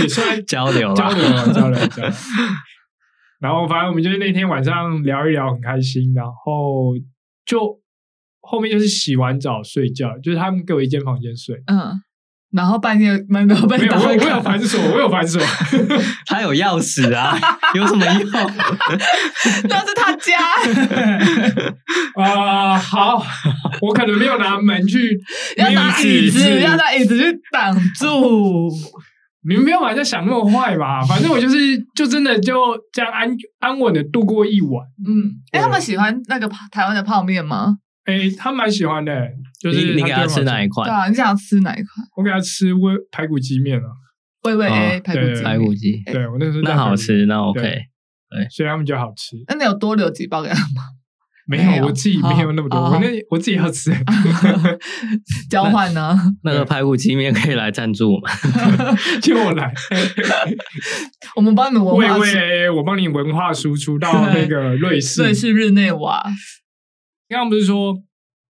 B: 也算
C: 交流啦
B: 交流啊，交流，交流。 然后反正我们就是那天晚上聊一聊，很开心。然后就后面就是洗完澡睡觉，就是他们给我一间房间睡。
A: 嗯，然后半夜门口
B: 没
C: 哎
A: 被
B: 有，
A: 打
B: 我
A: 开，
B: 有我有反锁，我有反锁。
C: 他有钥匙啊， 有什么用？
A: 那是他家，
B: 啊、好，我可能没有拿门去，
A: 要拿椅
B: 没有
A: 子，
B: 椅
A: 要拿椅子去挡住，
B: 你们没有把人家想那么坏吧？反正我就是，就真的就这样安安稳的度过一晚。
A: 嗯，哎，
B: 对
A: 他们喜欢那个泡台湾的泡面吗？
B: 哎，他蛮喜欢的，就是
C: 你你给他吃哪一
B: 一？
A: 对
C: 款？
A: 啊，你想要吃哪一款？
B: 我给他吃味排骨鸡面啊。
A: 味味
C: 哦
A: A 哎排骨
B: 对
A: 鸡
C: 排骨鸡，
B: 对我那时候在
C: 那
B: 排
C: 好
B: 骨，
C: 吃，那 OK
B: 对。所以他们觉得好吃。
A: 那你有多留几包给他们吗？没
B: 没
A: 有
B: 有，我自己没
C: 哦
B: 有那么多，
A: 好
B: 我那我自己要 吃。
A: 交换呢？
C: 那个排骨鸡面可以来赞助我们，
B: 就我来，
A: 我们帮你们文
B: 喂
A: 化输
B: 喂，我帮你文化输出 到那个瑞士。
A: 瑞士日内瓦，
B: 刚刚不是说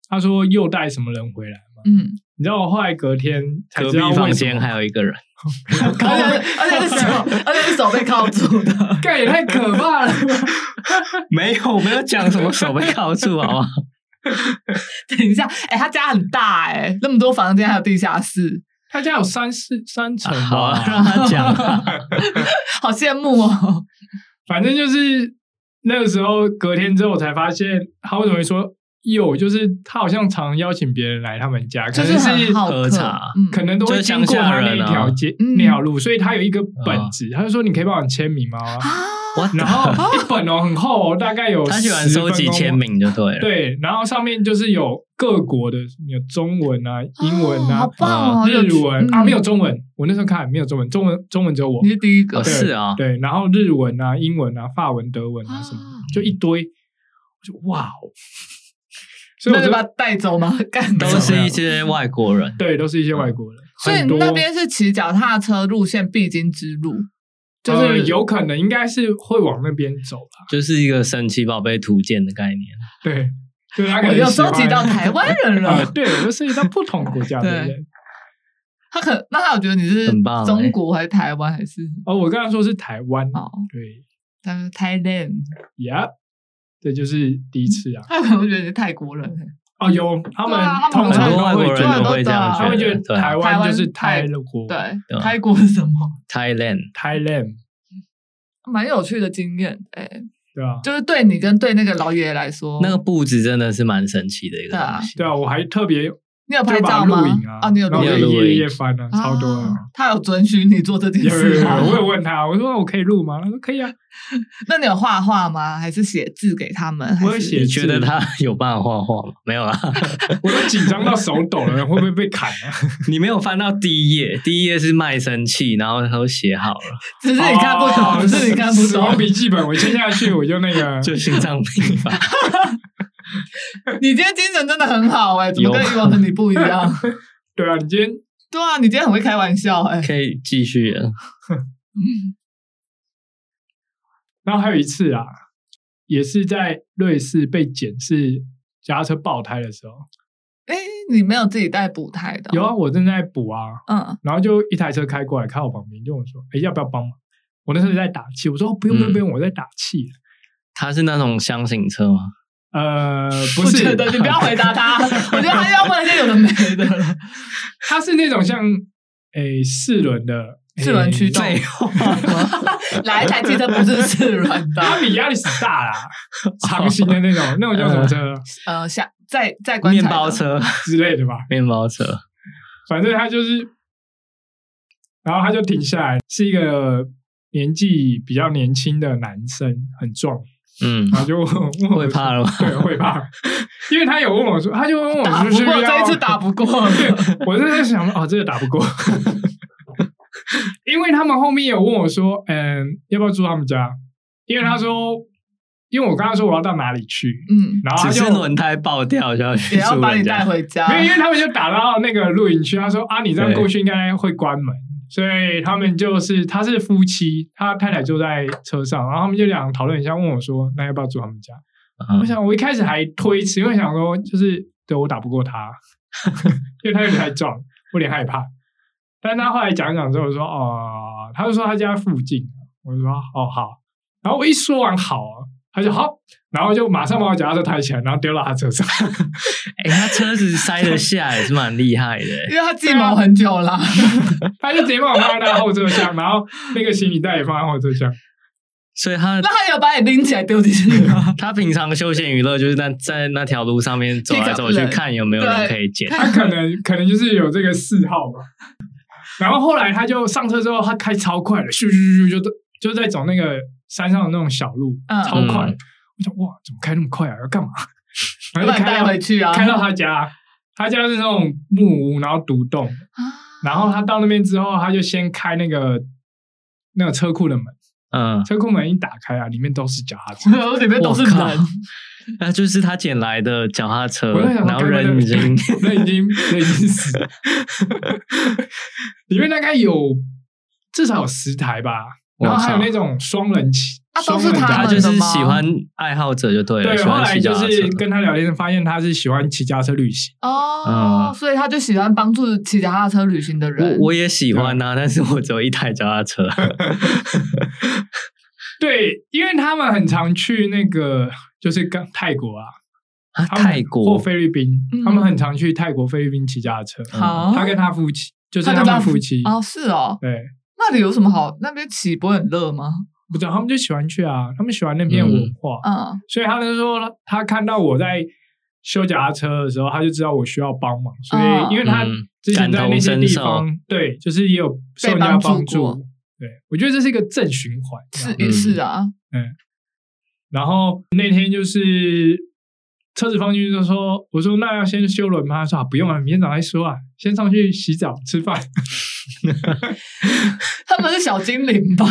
B: 他说又带什么人回来吗？
A: 嗯，
B: 你知道我后来隔天才
C: 隔
B: 知
C: 壁
B: 道
C: 房
B: 为什
C: 间
B: 么，
C: 还有一个人，
A: 而且而且是 手，而且是手被铐住的，
B: 干也太可怕了。
C: 没有，我没有讲什么手被铐住，好不好？
A: 等一下，哎、他家很大哎、那么多房间还有地下室，
B: 他家有三四三层
C: 好
B: 吧
C: 啊，，让他讲啊。
A: 好羡慕哦。
B: 反正就是那个时候隔天之后我才发现，他为什么会说有，就是他好像常邀请别人来他们家，
A: 就
B: 可能
A: 很好
C: 喝
A: 客，
C: 茶
A: 嗯，
B: 可能都会经过他那一
C: 啊
B: 条街、
A: 嗯
B: 那条路，所以他有一个本子，他就说你可以帮我签名吗？
A: 啊，
C: 我
B: 然后 一本哦，很厚哦，大概有
C: 他喜欢
B: 10
C: 收集
B: 分钟
C: 签，名就对了。，
B: 对，然后上面就是有各国的，有中文啊、英文
A: 哦
B: 啊
A: 好、棒哦，
B: 日文、啊，没有
A: 嗯
B: 中文，我那时候看没有中文，中文中文只有我
A: 你，是第一个
C: 哦
B: 对
C: 是啊，
B: 对，然后日文啊、英文啊、法文、德文啊什么的
A: 啊，
B: 就一堆，我就哇 哦，所以
A: 那
B: 我
A: 你
B: 就
A: 把他带走吗？干
C: 都
A: 走。
C: 是一些外国人。
B: 对，都是一些外国人，
A: 所以
B: 很多
A: 那边是骑脚踏车路线必经之路，就
B: 呃
A: 是
B: 有可能应该是会往那边走吧，
C: 就是一个神奇宝贝图鉴的概念，啊
B: 对，对，他可
A: 我
B: 能
A: 又
B: 喜
A: 收
B: 欢
A: 集到台湾人
B: 啊，
A: 了。
B: 对，我涉及到不同国家的
A: 对
B: 人。
A: 他可那他有觉得你是
C: 很棒欸
A: 中国还是台湾还是
B: 哦，我刚刚说是台湾，
A: 哦，
B: 对
A: 他是 Thailand，
B: 呀，这就是第一次啊。
A: 他可能会觉得你是泰国人欸。
B: 哦，有他们
A: 对啊，
B: 他
A: 他
B: 们
A: 们
C: 很多外
B: 会
C: 国
B: 觉
C: 人
A: 很
C: 都
A: 多
B: 得，
A: 外
C: 会这样
B: 啊他
A: 国
B: 们觉
C: 觉
B: 得
C: 得。对
B: 台
A: 台
B: 湾
A: 湾
B: 就是
A: 泰
B: 泰国，
A: 对，
C: 对啊
A: 泰国是什 么？
C: ，Thailand，
B: ，Thailand，
A: 蛮有趣的经验，哎、
B: 对啊，
A: 就是对你跟对那个老爷爷来说，
C: 那个布置真的是蛮神奇的一个东西。
B: 哦对啊，我还特别
A: 你有
B: 就
A: 拍
B: 把
A: 照
B: 录
A: 吗？哦
B: 影啊，
A: 你有
B: 然
A: 录
B: 后
C: 你
B: 就
C: 有
A: 影
C: 录影
B: 夜夜翻啊，超多啊
A: 啊。他有准许你做这件
B: 有有有，
A: 事吗？
B: 有我有问他，我说我可以录吗？他说可以啊。
A: 那你有画画吗？还是写字给他们？
B: 我有
A: 还是
B: 写
C: 你觉得他有办法画画吗？没有啊啦，
B: 我都紧张到手抖了，会不会被砍啊？
C: 你没有翻到第一页，第一页是卖身契，然后都写好了，
A: 只是你看不懂，
B: 哦
A: 只是你看不
B: 死亡
A: 懂。
B: 笔记本，我签下去我就那个，
C: 就心脏病吧。
B: 啊
A: 你今天精神真的很好哎、怎么
C: 有
A: 跟以往的你不一样？
B: 对啊，你今天
A: 对啊，你今天很会开玩笑哎、
C: 可以继续了，
B: 然后还有一次啊，也是在瑞士被检视脚踏车爆胎的时候，
A: 哎，你没有自己带补胎的哦？
B: 有啊，我正在补啊，
A: 嗯，
B: 然后就一台车开过来，开我旁边，就问我说：“哎，要不要帮忙？”我那时候在打气，我说：“哦不用
A: 嗯
B: 不用不用，我在打气。
C: 它是那种箱型车吗？”
B: 呃，不
A: 我
B: 是，
A: 觉得你不 要回答他，我觉得他要问那些有的没的了。
B: 它是那种像诶四轮的哎
A: 四轮驱动
B: 诶
A: 废 来一台汽车不是四轮的，
B: 它比亚力士 大啦，长型的那种，那种叫什么车
A: 呃，下再再观察
C: 面包车，
B: 之类的吧？
C: 面包车，
B: 反正它就是，然后他就停下来，是一个年纪比较年轻的男生，很壮，
C: 嗯，
B: 然后就问我
C: 会怕了吗？
B: 对，会怕，因为他有问我说，他就问我
A: 打
B: 说
A: 不
B: 是不
A: 过，
B: 是
A: 这一
B: 要
A: 次 打不过了。
B: 对，我就在想说，哦，这个打不过， 因为他们后面有问我说，嗯，要不要住他们家？因为他说，因为我刚刚说我要到哪里去，
A: 嗯，
B: 然后他
C: 只
B: 就是
C: 轮胎爆掉就要去
A: 也要
C: 住
A: 把你
C: 人家
A: 带回家。
B: 没有，因为他们就打到那个露营区，他说啊，你这样过去应该会关门，所以他们就是他是夫妻，他太太就在车上，然后他们就两个讨论一下，问我说，那要不要住他们家？
C: 嗯
B: 我想我一开始还推辞，因为想说就是对我打不过他，因为他有点太壮，我有点害怕。但他后来讲一讲之后，我说哦、他就说他家附近，我就说哦好。然后我一说完好啊，他就好，然后就马上把我脚踏车抬起来，然后丢到他车上。
C: 哎、他车子塞得下也是蛮厉害的、欸。
A: 因为他计谋很久 啦，
B: 他就直接把我放在他后车厢，然后那个行李袋也放在后车厢。
C: 所以他
A: 那他有把你拎起来丢进去吗？
C: 他平常休闲娱乐就是在在那条路上面走来走去，
A: 人
C: 看有没有人
A: 对
C: 可以捡。
B: 他可能 可能就是有这个嗜好吧。然后后来他就上车之后，他开超快的，咻咻咻就就在走那个山上的那种小路，
A: 嗯
B: 超快。
C: 嗯
B: 我想哇，怎么开那么快啊？要干嘛？然
A: 要把
B: 后就
A: 你
B: 开
A: 带
B: 到
A: 回去啊！
B: 开到他家，他家是那种木屋，然后独栋。
A: 啊
B: 然后他到那边之后，他就先开那个那个车库的门，
C: 嗯，
B: 车库门一打开啊，里面都是脚踏车。
A: 我里面都是
C: 我靠
A: 人，
C: 那就是他捡来的脚踏车，
B: 我在想说，
C: 然后呃人 已经
B: 人已经人已经死 了，里面大概有至少有十台吧，
C: 我
B: 然
C: 靠
B: 后还有那种双人骑，
A: 啊都是
B: 双人
A: 他
C: 他
A: 们
B: 脚踏
C: 就
B: 车
C: 是喜欢爱好者就对了，
B: 对，
C: 喜
B: 后
C: 欢
B: 来
C: 骑
B: 就
C: 脚踏
B: 是
C: 车。
B: 跟他聊天，发现他是喜欢骑脚踏车旅行，
A: 哦，
C: 嗯
A: 所以他就喜欢帮助骑脚踏车旅行的人。
C: 我我也喜欢啊，但是我只有一台脚 踏车。啊
B: 对，因为他们很常去那个就是刚泰国啊，
C: 啊，
B: 他们
C: 泰
B: 或
C: 国
B: 菲律宾
A: 嗯，
B: 他们很常去泰国、菲律宾骑脚踏车，
A: 好，
C: 哦
B: 他跟他夫妻就是
A: 他
B: 他
A: 跟他
B: 们夫妻，
A: 哦是哦，
B: 对，
A: 那里有什么好？那边骑不会很热吗？
B: 不知道他们就喜欢去啊，他们喜欢那边的文化，
A: 嗯，
B: 所以他就说他看到我在修脚踏车的时候，他就知道我需要帮忙，所
A: 嗯
B: 以因为他
C: 嗯
B: 之前在那些地
C: 感
B: 方，对，就是也有受人家
A: 被帮助
B: 帮
A: 过
B: 助，对我觉得这是一个正循环。这
A: 是
B: 样
A: 也是啊，
B: 然后那天就是车子放进去就说，我说那要先修轮吗？他说、啊、不用了，明天早上再说啊，先上去洗澡吃饭。
A: 他们是小精灵吧？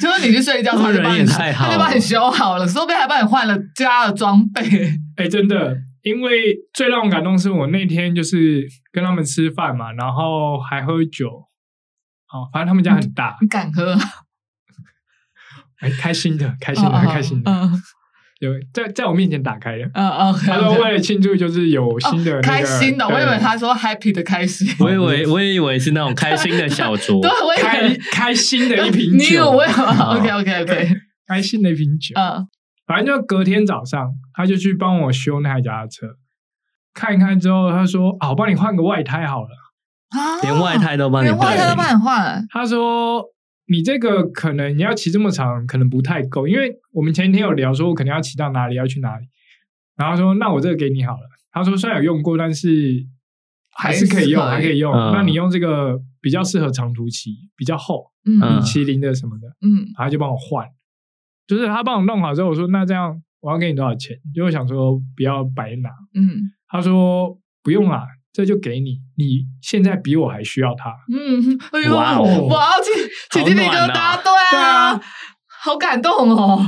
A: 就是你去睡觉，
C: 他
A: 他
C: 们
A: 就帮
C: 人
A: 你
C: 也太好
A: 他
C: 了
A: 就帮你修好了，说不定还帮你换了家的装备。
B: 哎，真的，因为最让我感动是我那天就是跟他们吃饭嘛，然后还喝酒。哦，反正他们家很大，
A: 你敢喝？
B: 哎，开心的，开心的，开心的，
A: 嗯
B: 有在在我面前打 开的。
A: 嗯嗯，
B: 他说为了庆祝，就是有新的
A: 哦
B: 那个呃
A: 开心的，我以为
B: 对
A: 他说 happy 的开心。
C: 我以为我以为是那种开心 的小酌
A: 对，，我以
B: 开
A: 为
B: 开心的一瓶
A: 你有
B: 酒，
A: 我有 OK OK OK，
B: 开心的一瓶酒。
A: 嗯
B: 反正就隔天早上，他就去帮我修那台脚踏车，看一看之后，他说啊，我帮你换个外胎好了。
A: 啊
C: 连外胎都帮你
A: 连外
C: 换
A: 胎
C: 了
A: 都帮你换，
B: 他说你这个可能你要骑这么长，可能不太够，因为我们前天有聊说，我可能要骑到哪里，要去哪里。然后他说那我这个给你好了。他说虽然有用过，但是还是可以用，
A: 还是可以
B: 还可以用。
C: 嗯
B: 那你用这个比较适合长途骑，比较厚，
A: 嗯
C: 嗯
A: 嗯
B: 麒麟的什么的，
A: 嗯
B: 然后他就帮我换。就是他帮我弄好之后，我说那这样我要给你多少钱？就我想说不要白拿。
A: 嗯
B: 他说不用啦，这就给你，你现在比我还需要它。
A: 嗯，哎呦，
C: 哇哦
A: 我要起起鸡皮
C: 好
A: 疙
C: 暖哦
A: 瘩，对
B: 对
A: 啊
B: 啊，哎
A: 好感动哦，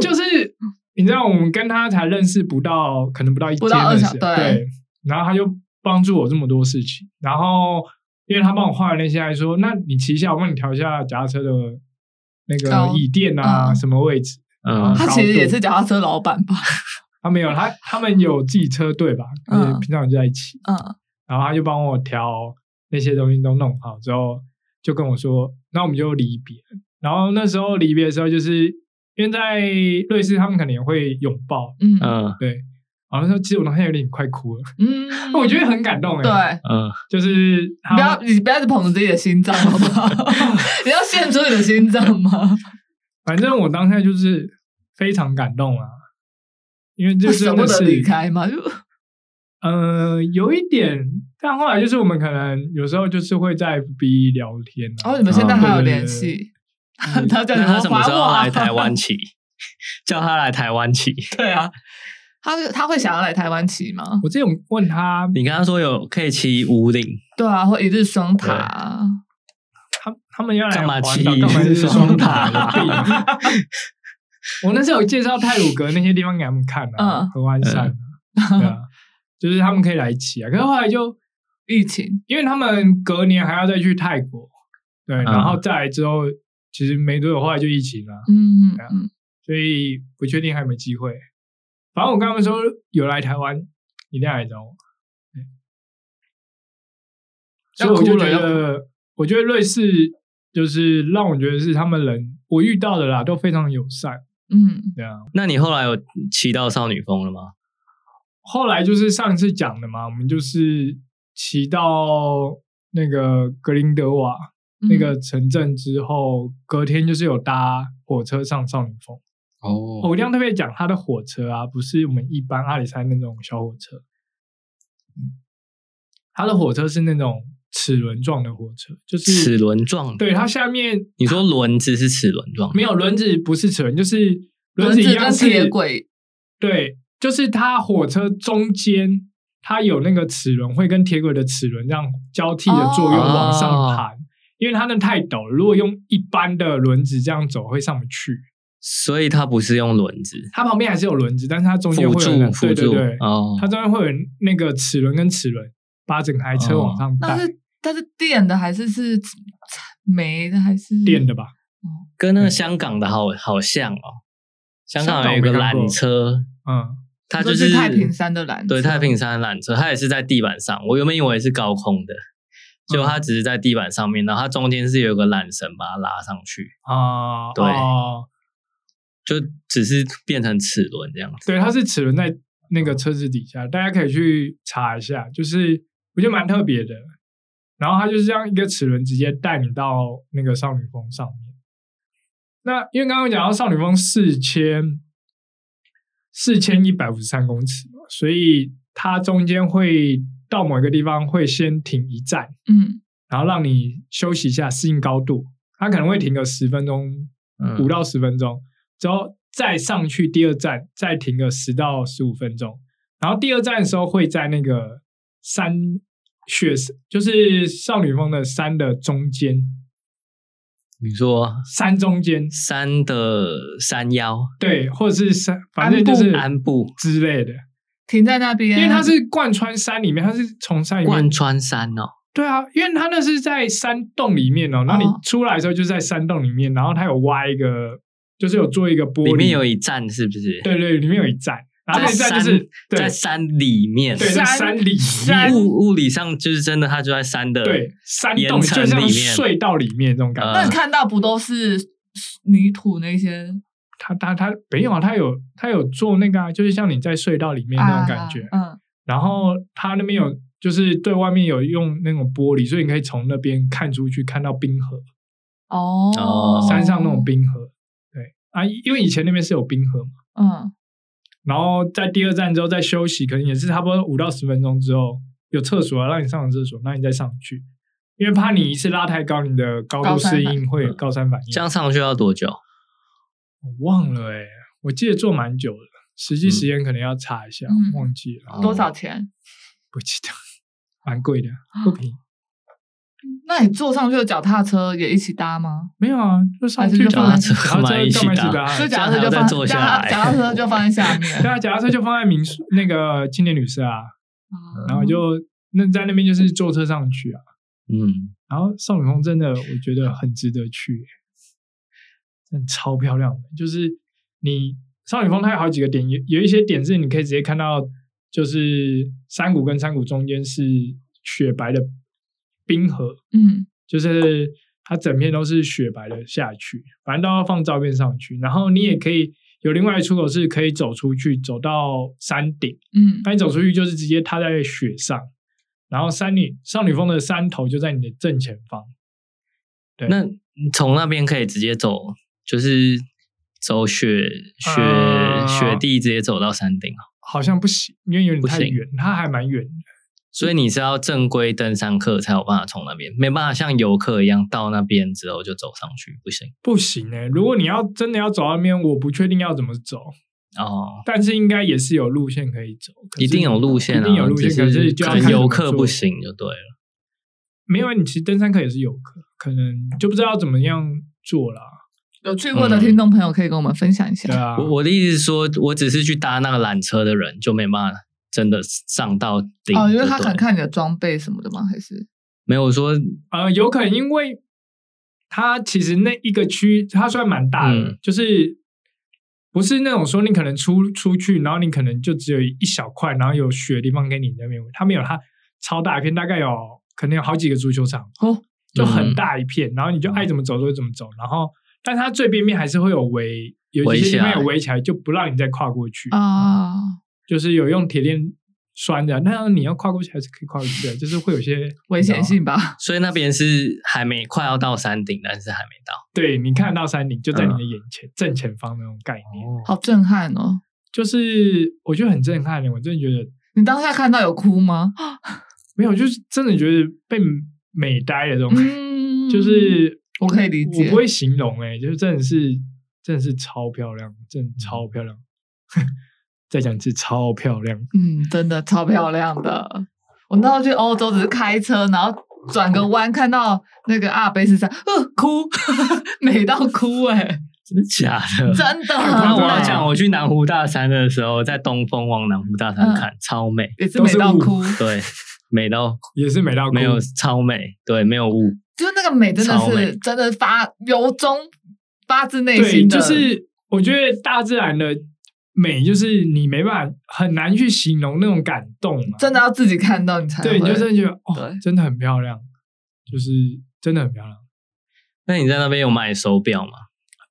B: 就是你知道，我们跟他才认识不到，可能不到一
A: 不到
B: 天
A: 二
B: 认
A: 小
B: 识
A: 对
B: 对，然后他就帮助我这么多事情，然后因为他帮我画了那些，还说那你骑一下，我帮你调一下脚踏车的那
A: 高
B: 个椅垫啊，
A: 嗯
B: 什么位置，
C: 嗯
B: 哦
A: 他其实也是脚踏车老板吧？
B: 他没有，他他们有自己车队吧，
A: 嗯
B: 就是平常有在一起，
A: 嗯，
B: 然后他就帮我调那些东西都弄好之后，就跟我说，那我们就离别。然后那时候离别的时候，就是因为在瑞士，他们可能也会拥抱，
A: 嗯
C: 嗯
B: 对。然后说，其实我当时有点快哭了，
A: 嗯
B: 我觉得很感动哎、
A: 对，
C: 嗯，
B: 就是他
A: 不要你不要一直捧着自己的心脏，好不 好？ 你要献出你的心脏吗？
B: 反正我当下就是非常感动啊，因为这
A: 舍
B: 真
A: 不
B: 的
A: 得
B: 是
A: 离开吗？就
B: 呃，有一点，但后来就是我们可能有时候就是会在 FB 聊天、啊，
A: 哦，你们现在还有
B: 对嗯
A: 联？系？
B: 对 对
A: 他叫你
C: 那他什么
A: 还
C: 时
A: 我
C: 候
A: 啊
C: 来台 湾骑？叫他来台湾骑。
A: 对啊，他会他会想要来台湾骑吗？
B: 我这种问他，
C: 你刚刚说有可以骑五岭，
A: 对啊，或一日双塔啊，
B: 他他们要来
C: 干嘛
B: 环岛，
C: 骑
B: 干嘛是双塔？
C: 双塔
B: 有病啊我那时候有介绍泰鲁格那些地方给他们看啊，
A: 嗯
B: 合欢山啊，对啊，就是他们可以来骑啊。可是后来就
A: 疫情，
B: 因为他们隔年还要再去泰国，对，然后再来之后，其实没多久后来就疫情了，
A: 嗯
B: 对啊
A: 嗯，
B: 所以不确定还有没有机会。反正我跟他们说有来台湾，一定要来找我。对所以我就觉
A: 要哭了
B: 得，我觉得瑞士就是让我觉得是他们人我遇到的啦，都非常友善。
A: 嗯
B: 对啊，
C: 那你后来有骑到少女峰了吗？
B: 后来就是上次讲的嘛，我们就是骑到那个格林德瓦，
A: 嗯，
B: 那个城镇之后，隔天就是有搭火车上少女峰。
C: 哦，
B: 我一定要特别讲，它的火车啊，不是我们一般阿里山那种小火车，嗯它的火车是那种齿轮状的火车，就是
C: 齿，轮状。
B: 对，它下面
C: 你说轮子是齿轮状的，
B: 没有轮子，不是齿轮，就是轮
A: 轮
B: 一
A: 子
B: 样
A: 跟
B: 是
A: 铁，轨，
B: 对，就是它火车中间。它有那个齿轮，会跟铁轨的齿轮这样交替的作用
A: 哦
B: 往上弹，因为它那太陡了，如果用一般的轮子这样走会上不去。
C: 所以它不是用轮子
B: 它旁边还是有轮子，但是它中间
C: 辅
B: 会有那
C: 助辅
B: 对对
C: 助
B: 对，
C: 哦
B: 它，中间会有那个齿轮跟齿轮把整台车
C: 哦
B: 往上带
A: 那，是它是电的还是是煤的还是
B: 电的？吧？
C: 跟那个香港的好好像哦。香港有
B: 嗯香港我没
C: 一个
B: 看过
C: 缆车，
B: 嗯，
C: 它
A: 就
C: 就是
A: 太平山的缆车
C: 对太平山缆车，它也是在地板上。我原本以为是高空的，
B: 嗯
C: 结果它只是在地板上面，然后它中间是有个缆绳把它拉上去，
B: 啊、
C: 对
B: 哦
C: 就只是变成齿轮这样子。
B: 对，它是齿轮在那个车子底下，大家可以去查一下，就是我觉得蛮特别的。然后它就是这样一个齿轮直接带你到那个少女峰上面。那因为刚刚讲到少女峰四千四千一百五十三公尺嘛，所以它中间会到某一个地方会先停一站，
A: 嗯
B: 然后让你休息一下，适应高度。它可能会停个十分钟，
C: 嗯
B: 五到十分钟，之后再上去第二站，再停个十到十五分钟。然后第二站的时候会在那个山雪，就是少女峰的山的中间，
C: 你说
B: 山中间，
C: 山的山腰
B: 对，或者是山，反正就
A: 安
B: 是
A: 部啊
C: 安部
B: 之类的，
A: 停在那边，
B: 因为它是贯穿山里面，它是从山里面
C: 贯穿山哦，
B: 对啊，因为它那是在山洞里面哦，那你
A: 哦
B: 出来的时候就是在山洞里面，然后它有挖一个，就是有做一个玻璃，
C: 里面有一站是不是？
B: 对对，里面有一站，然后那一站就是对
C: 在山里面，
B: 对在山里
A: 山
B: 面，
C: 物物理上就是真的，它就在山的
B: 对山洞
C: 岩
B: 就
C: 层
B: 像
C: 里面
B: 隧道里面这种感觉。
A: 那你看到不都是泥土那些？
B: 它它它没有啊，它有它有做那个啊，就是像你在隧道里面那种感觉，
A: 啊
B: 然后它那边有就是对外面有用那种玻璃，所以你可以从那边看出去看到冰河。
A: 嗯，哦
C: 哦，
B: 山上那种，冰河。对啊，因为以前那边是有冰河嘛，
A: 嗯
B: 然后在第二站之后再休息，可能也是差不多五到十分钟之后有厕所啊，让你上完厕所，那你再上去，因为怕你一次拉太高，你的高度
A: 高山
B: 适
A: 反
B: 应会有高山反应。
C: 这样上去要多久？
B: 我忘了哎、我记得做蛮久的，实际时间可能要查一下，
A: 嗯
B: 忘记了，
A: 多
C: 哦
A: 少钱？
B: 不记得，蛮贵的，不 便宜。
A: 那你坐上去的脚踏车也一起搭吗？
B: 没有啊，就上
A: 还是
B: 去
A: 就
B: 放
A: 放
B: 在
C: 在
B: 脚踏
C: 买一起
B: 车干嘛搭
C: 搭
A: 就
C: 哎这
A: 脚
C: 样
A: 踏车
C: 还
A: 就
C: 要再
A: 放，
C: 坐
A: 脚
C: 下
A: 踏
C: 来
A: 脚踏车就放在下面，
B: 对啊，脚踏车就放在民宿那个青年旅社啊，
A: 哦
B: 然后就那在那边就是坐车上去啊。
C: 嗯，
B: 然后少女峰真的我觉得很值得去，真的超漂亮的。就是你少女峰它有好几个点，有有一些点是你可以直接看到，就是山谷跟山谷中间是雪白的冰河，
A: 嗯，
B: 就是它整片都是雪白的下去，反正都要放照片上去。然后你也可以有另外一出口是可以走出去，走到山顶。
A: 嗯
B: 那你走出去就是直接踏在雪上，然后山女少女峰的山头就在你的正前方。对
C: 那你从那边可以直接走，就是走雪雪、
B: 啊
C: 雪地，直接走到山顶啊。
B: 好像不行，因为有点
C: 不
B: 太
C: 行
B: 远，它还蛮远的。
C: 所以你是要正规登山客才有办法从那边，没办法像游客一样到那边之后就走上去，不行
B: 不行哎、如果你要真的要走到那边，我不确定要怎么走，
C: 哦。
B: 但是应该也是有路线可以走，可是
C: 一定有路线啊，
B: 一定有路线，
C: 只
B: 可
C: 是
B: 就要
C: 可
B: 看
C: 能
B: 怎么
C: 游客
B: 做
C: 不。行就对了。
B: 没有啊，你其实登山客也是游客，可能就不知道怎么样做啦。
A: 有去过的
C: 嗯
A: 听众朋友可以跟我们分享一
B: 对
A: 下。
B: 啊，
C: 我我的意思是说，我只是去搭那个缆车的人就没办法真的上到顶。
A: 哦，因为
C: 就
A: 他
C: 对啊
A: 可能
C: 了
A: 看你的装备什么的吗？还是
C: 没有说
B: 呃，有可能因为它其实那一个区，它虽然蛮大的，
C: 嗯
B: 就是不是那种说你可能出出去，然后你可能就只有一小块，然后有雪的地方给你那边玩，它没有它超大一片，大概有可能有好几个足球场，
A: 哦，
B: 就很
C: 嗯
B: 大一片，然后你就爱怎么走就怎么走，然后但它最边边还是会有围，有一
C: 围
B: 些地
C: 起
B: 方有
C: 来
B: 围起来，就不让你再跨过去，
A: 啊，
B: 就是有用铁链拴着，啊那你要跨过去还是可以跨过去的，就是会有些
A: 危
B: 你知道
A: 险
B: 吗
A: 性吧？
C: 所以那边是还没快要到山顶，但是还没到。
B: 对你看得到山顶就
A: 嗯
B: 在你的眼前、正前方那种概念，
A: 好震撼哦！
B: 就是我觉得很震撼的，我真的觉得
A: 你当下看到有哭吗？
B: 没有，就是真的觉得被美呆了这种，
A: 嗯，
B: 就是
A: 我可以 理解
B: 我不会形容哎、就是真的是真的是超漂亮，真
A: 嗯
B: 的超漂亮， 再讲一次超漂亮，
A: 嗯，真的超漂亮的。我那时候去欧洲只是开车，然后转个弯看到那个阿尔卑斯山，呃，哭， 美到哭哎、
C: 真的假 的？
A: 真的
B: 啊
A: 很
C: 那我要
A: 美
C: 讲，我去南湖大山的时候，在东峰往南湖大山
B: 嗯
C: 看，超美，
A: 也是美到哭，
C: 对， 美到
B: 也是美到哭
C: 没有超美，对，没有雾，
A: 就是那个美真的
C: 超美
A: 是真的发由衷发自内
B: 对，
A: 心的，
B: 就是我觉得大自然的美，就是你没办法很难去形容那种感动、啊，
A: 真的要自己看到你才
B: 对，你
A: 会
B: 就真的觉得哦
A: 对，
B: 真的很漂亮，就是真的很漂亮。
C: 那你在那边有买手表吗？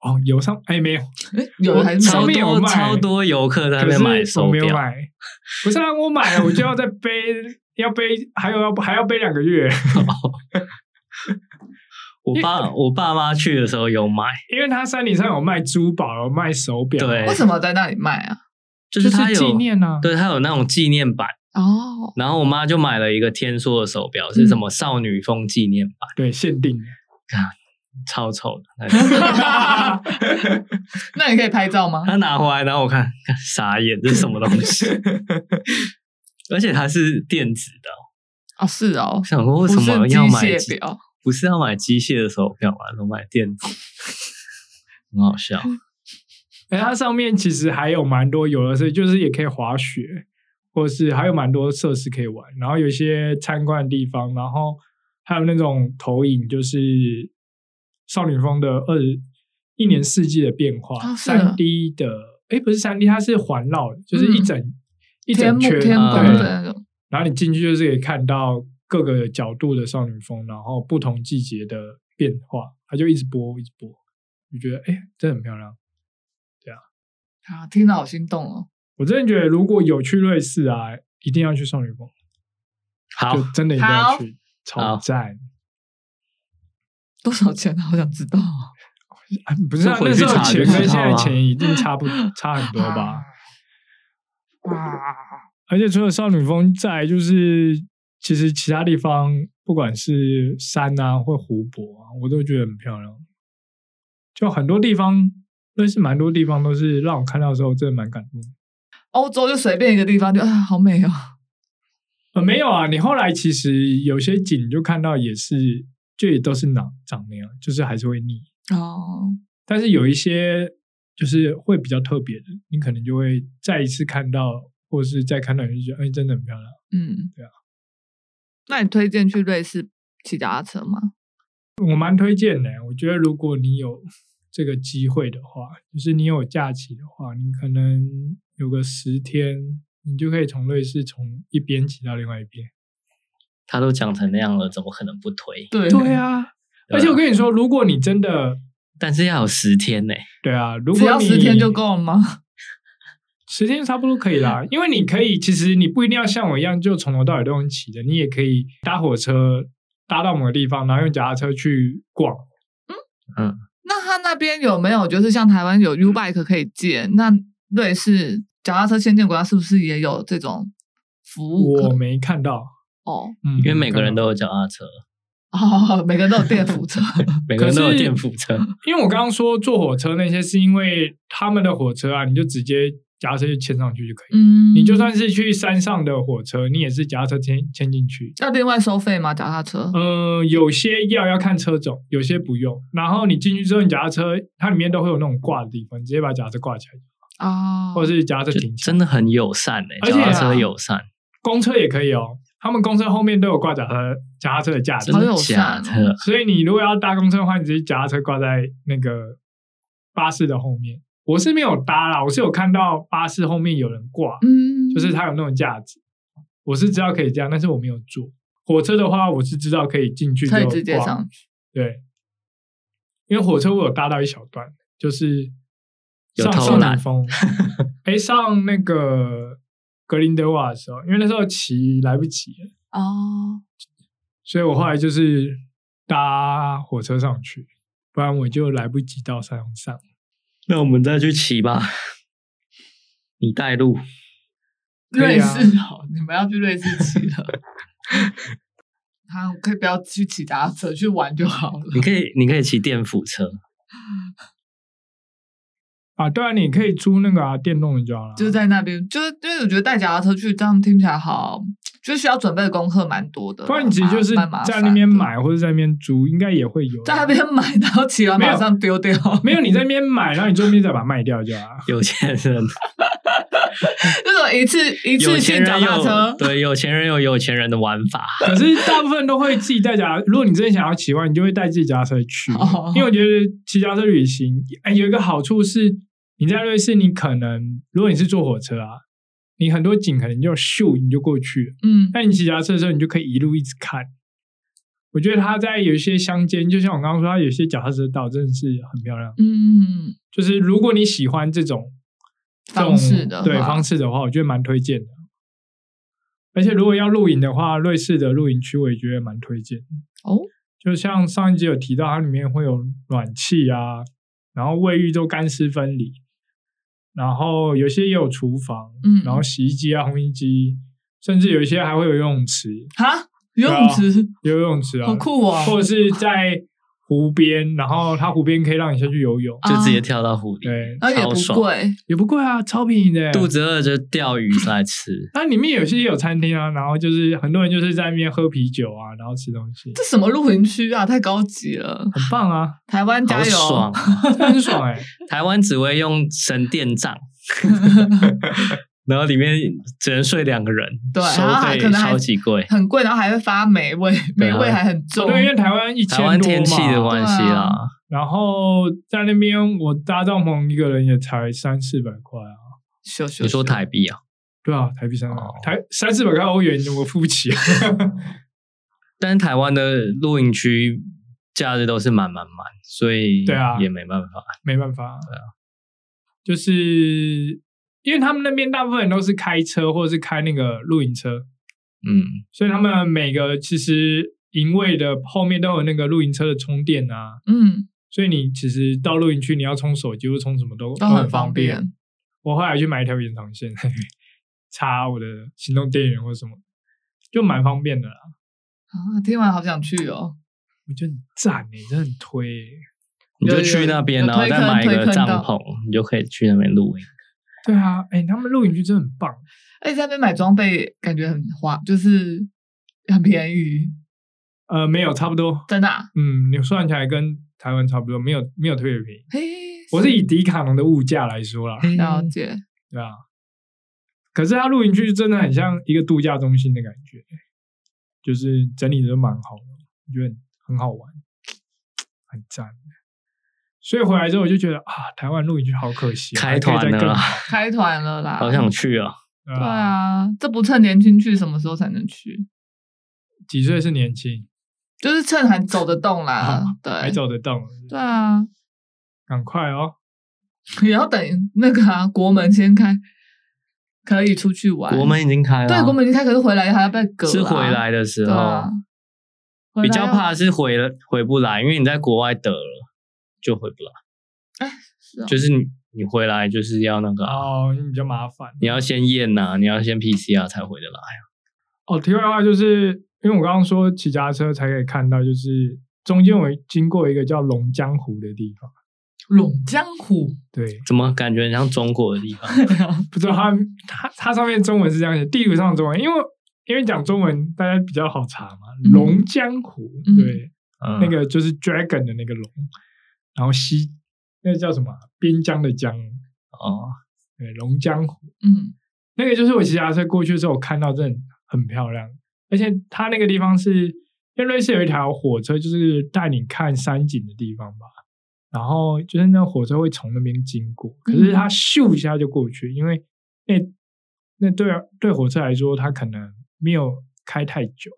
B: 哦，有上哎 没有，
A: 诶有还是
B: 上
C: 超
A: 没
B: 面
A: 有
B: 有
C: 多
B: 卖
C: 超多游客在那
B: 可
C: 边买
B: 是我
C: 手
B: 没有
C: 表，
B: 买，不是啊，我买了，我就要再背，要背，还有要还要背两个月，
C: 我爸我爸妈去的时候有买，
B: 因为他山顶上有卖珠宝，有卖手表，啊
C: 对
A: 为什么在那里卖啊？
C: 就
B: 就是
C: 他有
B: 纪念啊，
C: 对他有那种纪念版，
A: 哦，
C: 然后我妈就买了一个天梭的手表，是什
B: 嗯
C: 么少女风纪念版，
B: 对，限定的。
C: 超丑的那个。
A: 那你可以拍照吗？
C: 他拿回来，然后我看，看傻眼，这是什么东西？ 而且它是电子的哦，
A: 哦，是哦
C: 我，想说
A: 不
C: 为
A: 是
C: 什
A: 机
C: 么要买
A: 械
C: 机？
A: 表，
C: 不是要买机械的手表嘛，怎么买电子？ 很好笑，
B: 哎，它上面其实还有蛮多游乐设施，就是也可以滑雪，或是还有蛮多设施可以玩，然后有一些参观的地方，然后还有那种投影，就是少女峰的二一年四季的变化，
A: 哦是
B: 三、
A: 啊
B: D 的，哎，不是三 D，它是环绕的，就是一整、一
A: 嗯天
B: 整
A: 幕
B: 圈，嗯
A: 天
C: 幕
A: 宫
B: 对
A: 的那种，
B: 然后你进去就是可以看到各个角度的少女风，然后不同季节的变化，它就一直播一直播，就觉得哎，诶真的很漂亮。
A: 啊，听到好心动哦。
B: 我真的觉得，如果有去瑞士啊，一定要去少女峰，
C: 好
B: 就真的一定要去，
C: 好
B: 超赞！
A: 多少钱啊？好想知道哦。
B: 啊不是、啊、
C: 就回
B: 那
C: 去
B: 时候
C: 查
B: 钱
C: 就
B: 跟现
C: 知道
B: 在
C: 了
B: 钱一定 差不差很多吧？而且除了少女峰，再来就是其实其他地方，不管是山啊或湖泊啊，我都觉得很漂亮。就很多地方，瑞士蛮多地方都是让我看到的时候，真的蛮感动的。
A: 欧洲就随便一个地方就啊，好美哦。
B: 呃，没有啊，你后来其实有些景就看到也是，就也都是长长那样，就是还是会腻。
A: 哦，
B: 但是有一些就是会比较特别的，你可能就会再一次看到，或者是再看到，你就觉得哎，真的很漂亮。
A: 嗯，
B: 对啊。
A: 那你推荐去瑞士骑脚踏车吗？
B: 欸我蛮推荐的，我觉得如果你有这个机会的话，就是你有假期的话，你可能有个十天，你就可以从瑞士从一边骑到另外一边。
C: 他都讲成那样了，怎么可能不推？
A: 对
B: 对，啊，而且我跟你说，如果你真的
C: 但是要有十天呢、
B: 对啊，如果
A: 只要
B: 你
A: 十天就够了吗？
B: 十天差不多可以
A: 嗯
B: 啦，因为你可以，其实你不一定要像我一样就从头到尾都用骑的，你也可以搭火车搭到某个地方，然后用脚踏车去逛。
A: 那他那边有没有就是像台湾有 U Bike 可以借？那瑞士脚踏车先进国家是不是也有这种服务可
B: 我？没看到，
A: 哦
B: 嗯，
C: 因为每个人
B: 没看
C: 都有脚踏车，
A: 哦，每个人都有电扶 车，
C: 每个人都
B: 可
C: 有
B: 是
C: 电扶 车。
B: 到，因为我刚刚说坐火车那些，是因为他们的火车啊，你就直接脚踏车就牵上去就可以。
A: 嗯，
B: 你就算是去山上的火车，你也是脚踏车牵牵进去。
A: 要另外收费吗？脚踏车？
B: 嗯，有些要要看车种，有些不用。然后你进去之后，你脚踏车它里面都会有那种挂的地方，你直接把脚踏车挂起来，
A: 啊，
B: 或者是脚踏车
C: 就
B: 停起来。
C: 真的很友善诶、
B: 而且
C: 脚
B: 啊
C: 踏车友善，
B: 公车也可以哦，他们公车后面都有挂脚踏脚踏车的架子
C: 啊真，
A: 好
C: 的
A: 友
C: 假
A: 善哦
C: 的？
B: 所以你如果要搭公车的话，你直接脚踏车挂在那个巴士的后面。我是没有搭啦，我是有看到巴士后面有人挂，
A: 嗯，
B: 就是它有那种架子，我是知道可以这样，但是我没有坐。火车的话，我是知道可以进去就
A: 可以直接
B: 挂
A: 上去
B: 对，因为火车我有搭到一小段，就是
C: 有
B: 上
C: 偷
B: 上
C: 懒
B: 南 峰，哎，上那个格林德瓦的时候，因为那时候骑来不及了，
A: 哦。
B: 所以我后来就是搭火车上去，不然我就来不及到山上。
C: 那我们再去骑吧，你带路。
B: 可
A: 瑞
B: 以啊
A: 士哦，你们要去瑞士骑 了。他可以不要去骑脚踏车，去玩就好了。
C: 你可以，你可以骑电扶车，
B: 啊，对啊，你可以租那个啊电动的就好了。
A: 就是在那边，就是因为我觉得带脚踏车去，这样听起来好，就是需要准备的功课蛮多的啦。
B: 不然你其实
A: 蛮
B: 就是
A: 蛮麻
B: 在
A: 烦
B: 那边
A: 的，
B: 买或者在那边租，应该也会有。
A: 在那边买，然后骑完
B: 没有
A: 马上丢掉。
B: 没有，你 在那边买，然后你这边再把它卖掉就好了。
C: 有钱人，
A: 这种一次一
C: 有
A: 次
C: 钱
A: 性脚
C: 人
A: 踏车
C: 有，对，有钱人有有钱人的玩法。
B: 可是大部分都会自己带脚踏，如果你真的想要骑的话，你就会带自己脚踏车去
A: 哦，
B: 因为我觉得骑脚踏车旅行，哎，有一个好处是，你在瑞士，你可能如果你是坐火车啊，你很多景可能就咻你就过去了，
A: 嗯，
B: 那你骑脚踏车的时候，你就可以一路一直看。我觉得它在有一些乡间，就像我刚刚说，它有些脚踏车道真的是很漂亮。
A: 嗯，
B: 就是如果你喜欢这种这
A: 方
B: 种
A: 式的
B: 对
A: 话
B: 方式的话，我觉得蛮推荐的。而且如果要露营的话，瑞士的露营区我也觉得蛮推荐的。
A: 哦，
B: 就像上一集有提到，它里面会有暖气啊，然后卫浴都干湿分离，然后有些也有厨房，
A: 嗯
B: 然后洗衣机啊、烘衣机，甚至有一些还会有游泳池，
A: 哈，游泳池
B: 游泳池啊，
A: 好酷哦
B: 或者是在湖边，然后它湖边可以让你下去游 泳，
A: 啊
C: 就直接跳到湖里，
B: 对，
A: 然后也
C: 超
A: 不
C: 爽
A: 贵，
B: 也不贵啊，超便宜的，
C: 肚子饿就钓鱼来吃。
B: 那里面有些也有餐厅啊，然后就是很多人就是在那边喝啤酒啊，然后吃东 西，
A: 这什么露营区啊，太高级了。
B: 很棒啊，
A: 台湾
C: 好
A: 加油！
C: 爽啊！
B: 真的很爽 哎、
C: 台湾只会用神 殿帐，然后里面只能睡两个人，
A: 对然后还可
C: 收费
A: 能还
C: 超级贵。
A: 很贵，然后还会发霉味，
C: 对
A: 霉
C: 啊
A: 味还很重。
B: 哦对，因为台湾一千
C: 台
B: 多
C: 湾
B: 嘛，
C: 天气的关系
A: 啊
C: 啦，
B: 然后在那边我搭帐篷一个人也才三四百块啊，
A: 咻咻咻
C: 你说台币啊？
B: 对啊，台币三百块
C: 哦，
B: 台三四百块欧元我付不起、啊，
C: 但是台湾的露营区假日都是满满满，所以
B: 对啊
C: 也没办法。
B: 没办法，对啊，就是因为他们那边大部分人都是开车或者是开那个露营车，
C: 嗯，
B: 所以他们每个其实营位的后面都有那个露营车的充电啊，
A: 嗯，
B: 所以你其实到露营区你要充手机或充什么都
A: 都
B: 很
A: 很
B: 方
A: 方
B: 便
A: 便。。
B: 我后来去买一条延长线， 插我的行动电源或什么，就蛮方便的啦。
A: 啊，听完好想去哦！
B: 我觉得很赞诶、真的很推、欸。
C: 你就
A: 有
C: 去那边，
A: 有
C: 然后
A: 推
C: 再
A: 坑
C: 买一
A: 推
C: 个
A: 坑
C: 帐
A: 到
C: 篷，你就可以去那边露营。
B: 对啊，哎、他们露营区真的很棒。
A: 而且在那边买装备感觉很划，就是很便宜，
B: 呃，没有，差不多。
A: 真的、啊。
B: 嗯，你算起来跟台湾差不多，没有没有特别便宜。
A: 嘿，
B: 我是以迪卡侬的物价来说
C: 嗯
B: 啦，
A: 了解，
B: 对啊。可是它露营区真的很像一个度假中心的感觉、就是整理的都蛮好的，我觉得很好玩，很赞。所以回来之后我就觉得啊，台湾露营区好可惜啊，
C: 开团
B: 还可以再
C: 了
B: 更
C: 啦，
B: 好
A: 开团了啦，
C: 好想去啊！
A: 对，啊，这不趁年轻去，什么时候才能去？
B: 几岁是年轻，
A: 就是趁还走得动啦，
B: 啊还
A: 对，
B: 走得动，
A: 对啊，
B: 赶快哦！
A: 也要等那个啊，国门先开，可以出去玩。
C: 国门已经开了，啊
A: 对国门已经开，可是回来还要被隔啦，啊
C: 是回来的时
A: 对
C: 候，
A: 啊，回来
C: 比较
A: 要
C: 怕是回了回不来，因为你在国外得了就回不来，
A: 是哦
C: 就是你你回来就是要那个啊、
B: 哦，比较麻烦。
C: 你要先验呐、你要先 PCR 才回得来。
B: 哦，题外话就是，因为我刚刚说骑脚踏车才可以看到，就是中间我经过一个叫龙江湖的地方，
A: 陇江湖，
B: 对，
C: 怎么感觉很像中国的地 方？
B: 不知道
A: 哦
B: 它它它上面中文是这样写，地图上的中文，因为因为讲中文大家比较好查嘛，
A: 嗯
B: 龙江湖，
A: 嗯
B: 对，
C: 嗯
B: 那个就是 dragon 的那个龙，然后西那个叫什么啊边疆的疆，
C: 哦，
B: 对，龙江湖，
A: 嗯，
B: 那个就是我骑脚踏车过去的时候，我看到真的很漂亮，而且它那个地方是，因为瑞士有一条火车，就是带你看山景的地方吧。然后就是那火车会从那边经过，可是它咻一下就过去，因为那那对啊对火车来说，它可能没有开太久。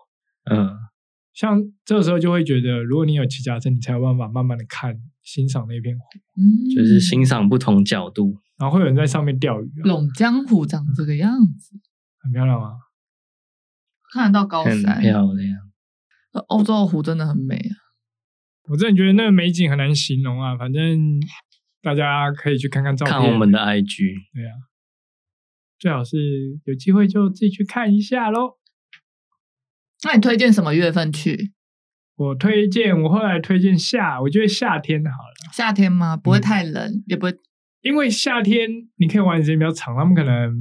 C: 嗯，
B: 像这时候就会觉得，如果你有骑脚踏车，你才有办法慢慢的看欣赏那片湖，
A: 嗯
C: 就是欣赏不同角度。
B: 然后会有人在上面钓鱼、啊，
A: 陇江湖长这个样子，
B: 很漂亮啊。
A: 看得到高
C: 很
A: 山，
C: 漂亮，
A: 欧洲的湖真的很美啊。
B: 我真的觉得那个美景很难形容啊，反正大家可以去看看照片。
C: 看我们的 IG，
B: 对啊，最好是有机会就自己去看一下喽。
A: 那你推荐什么月份去？
B: 我推荐，我后来推荐夏，我觉得夏天好了，
A: 夏天吗？不会太冷，
B: 嗯
A: 也不会
B: 因为夏天你可以玩的时间比较长，他们可能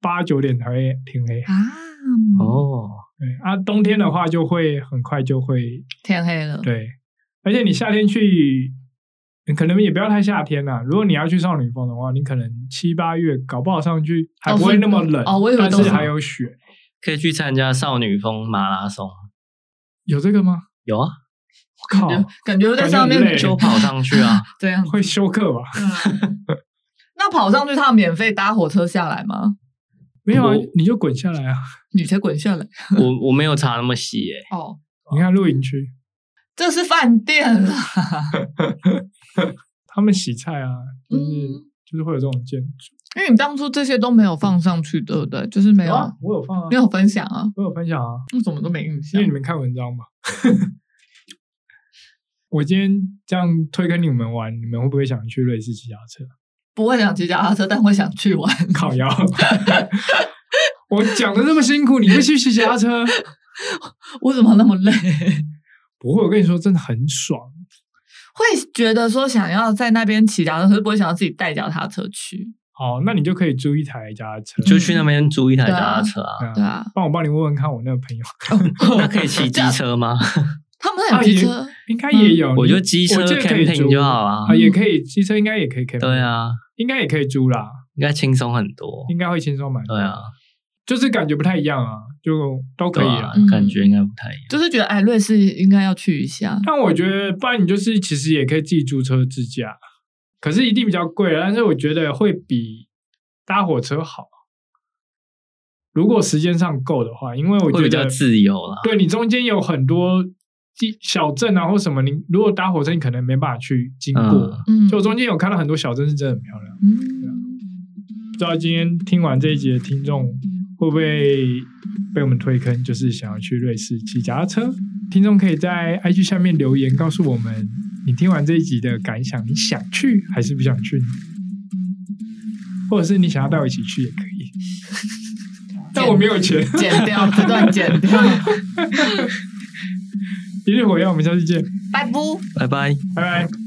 B: 八九点才会天黑。
A: 啊，
C: 哦，
B: 对啊，冬天的话就会很快就会
A: 天黑了，
B: 对，而且你夏天去，你可能也不要太夏天啦、如果你要去少女峰的话，你可能七八月搞不好上去还
A: 哦
B: 不会
A: 是
B: 那么冷，
A: 哦我以为
B: 但
A: 都
B: 是
C: 是
B: 还有雪，
C: 可以去参加少女峰马拉松，
B: 有这个吗？
C: 有啊，
B: 我靠，
A: 感觉感觉在上面
B: 感觉很累
C: 就跑上去啊，
A: 这样。
B: 会休克吧？
A: 嗯那跑上去，他免费搭火车下来吗？
B: 没有啊
C: 我，
B: 你就滚下来啊！
A: 你才滚下来
C: 我我没有查那么细诶、
A: 哦，
B: 你看露营区，
A: 这是饭店啦。
B: 他们洗菜啊，就是、
A: 嗯
B: 就是会有这种建筑。
A: 因为你当初这些都没有放上去，对不对？就是没有
B: 啊，我有放啊
A: 没，有分享啊，
B: 我有分享啊，
A: 我怎么都没印
B: 因
A: 象
B: 为你。们看文章嘛。 我今天这样推给你们玩，你们会不会想去瑞士骑脚踏车？
A: 不会想骑脚踏车，但会想去玩。
B: 烤腰。我讲的这么辛苦，你会去骑脚踏车？
A: 我怎么那么累？
B: 不会，我跟你说，真的很爽。
A: 会觉得说想要在那边骑脚踏车，可是不会想要自己带脚踏车去。
B: 好，那你就可以租一台脚踏车，
C: 就去那边租一台
A: 对
C: 脚
A: 啊
C: 踏车啊。
A: 对
B: 对啊。
A: 啊，
B: 帮我帮你问问看，我那个朋友
A: 哦
C: 那可以骑机车 吗？
A: 他们很骑车，
B: 应该也有。
C: 嗯我
B: 你
C: 觉得机车
B: 我记得可以
C: camping
B: 租
C: 就好啊
B: 啊，也可以，机车应该也可以 camping。
C: 对，啊，
B: 应该也可以租啦，
C: 应该轻松很多。
B: 应该会轻松蛮多。
C: 对啊，，
B: 就是感觉不太一样啊，就都可
C: 对
B: 以
C: 啊
B: 啦。
A: 嗯，
C: 感觉应该不太一样。
A: 就是觉得哎，瑞士应该要去一下。
B: 但我觉得，不然你就是其实也可以自己租车自驾，可是一定比较贵啊，但是我觉得会比搭火车好。如果时间上够的话，因为我
C: 会
B: 觉
C: 比较
B: 得，
C: 自由啊啦。
B: 对你中间有很多地小镇啊或什么，你如果搭火车，你可能没办法去经过。
A: 嗯，
B: 就我中间有看到很多小镇是真的很漂亮。
A: 嗯，
B: 不知道今天听完这一集的听众会不会被我们推坑，就是想要去瑞士骑脚踏车？听众可以在 IG 下面留言告诉我们，你听完这一集的感想，你想去还是不想去呢？或者是你想要带我一起去也可以，但我没有钱。
A: 剪掉这段，剪掉，
B: 一日火焰，我们下次见，
A: 拜拜。
C: 拜拜。
B: 拜拜。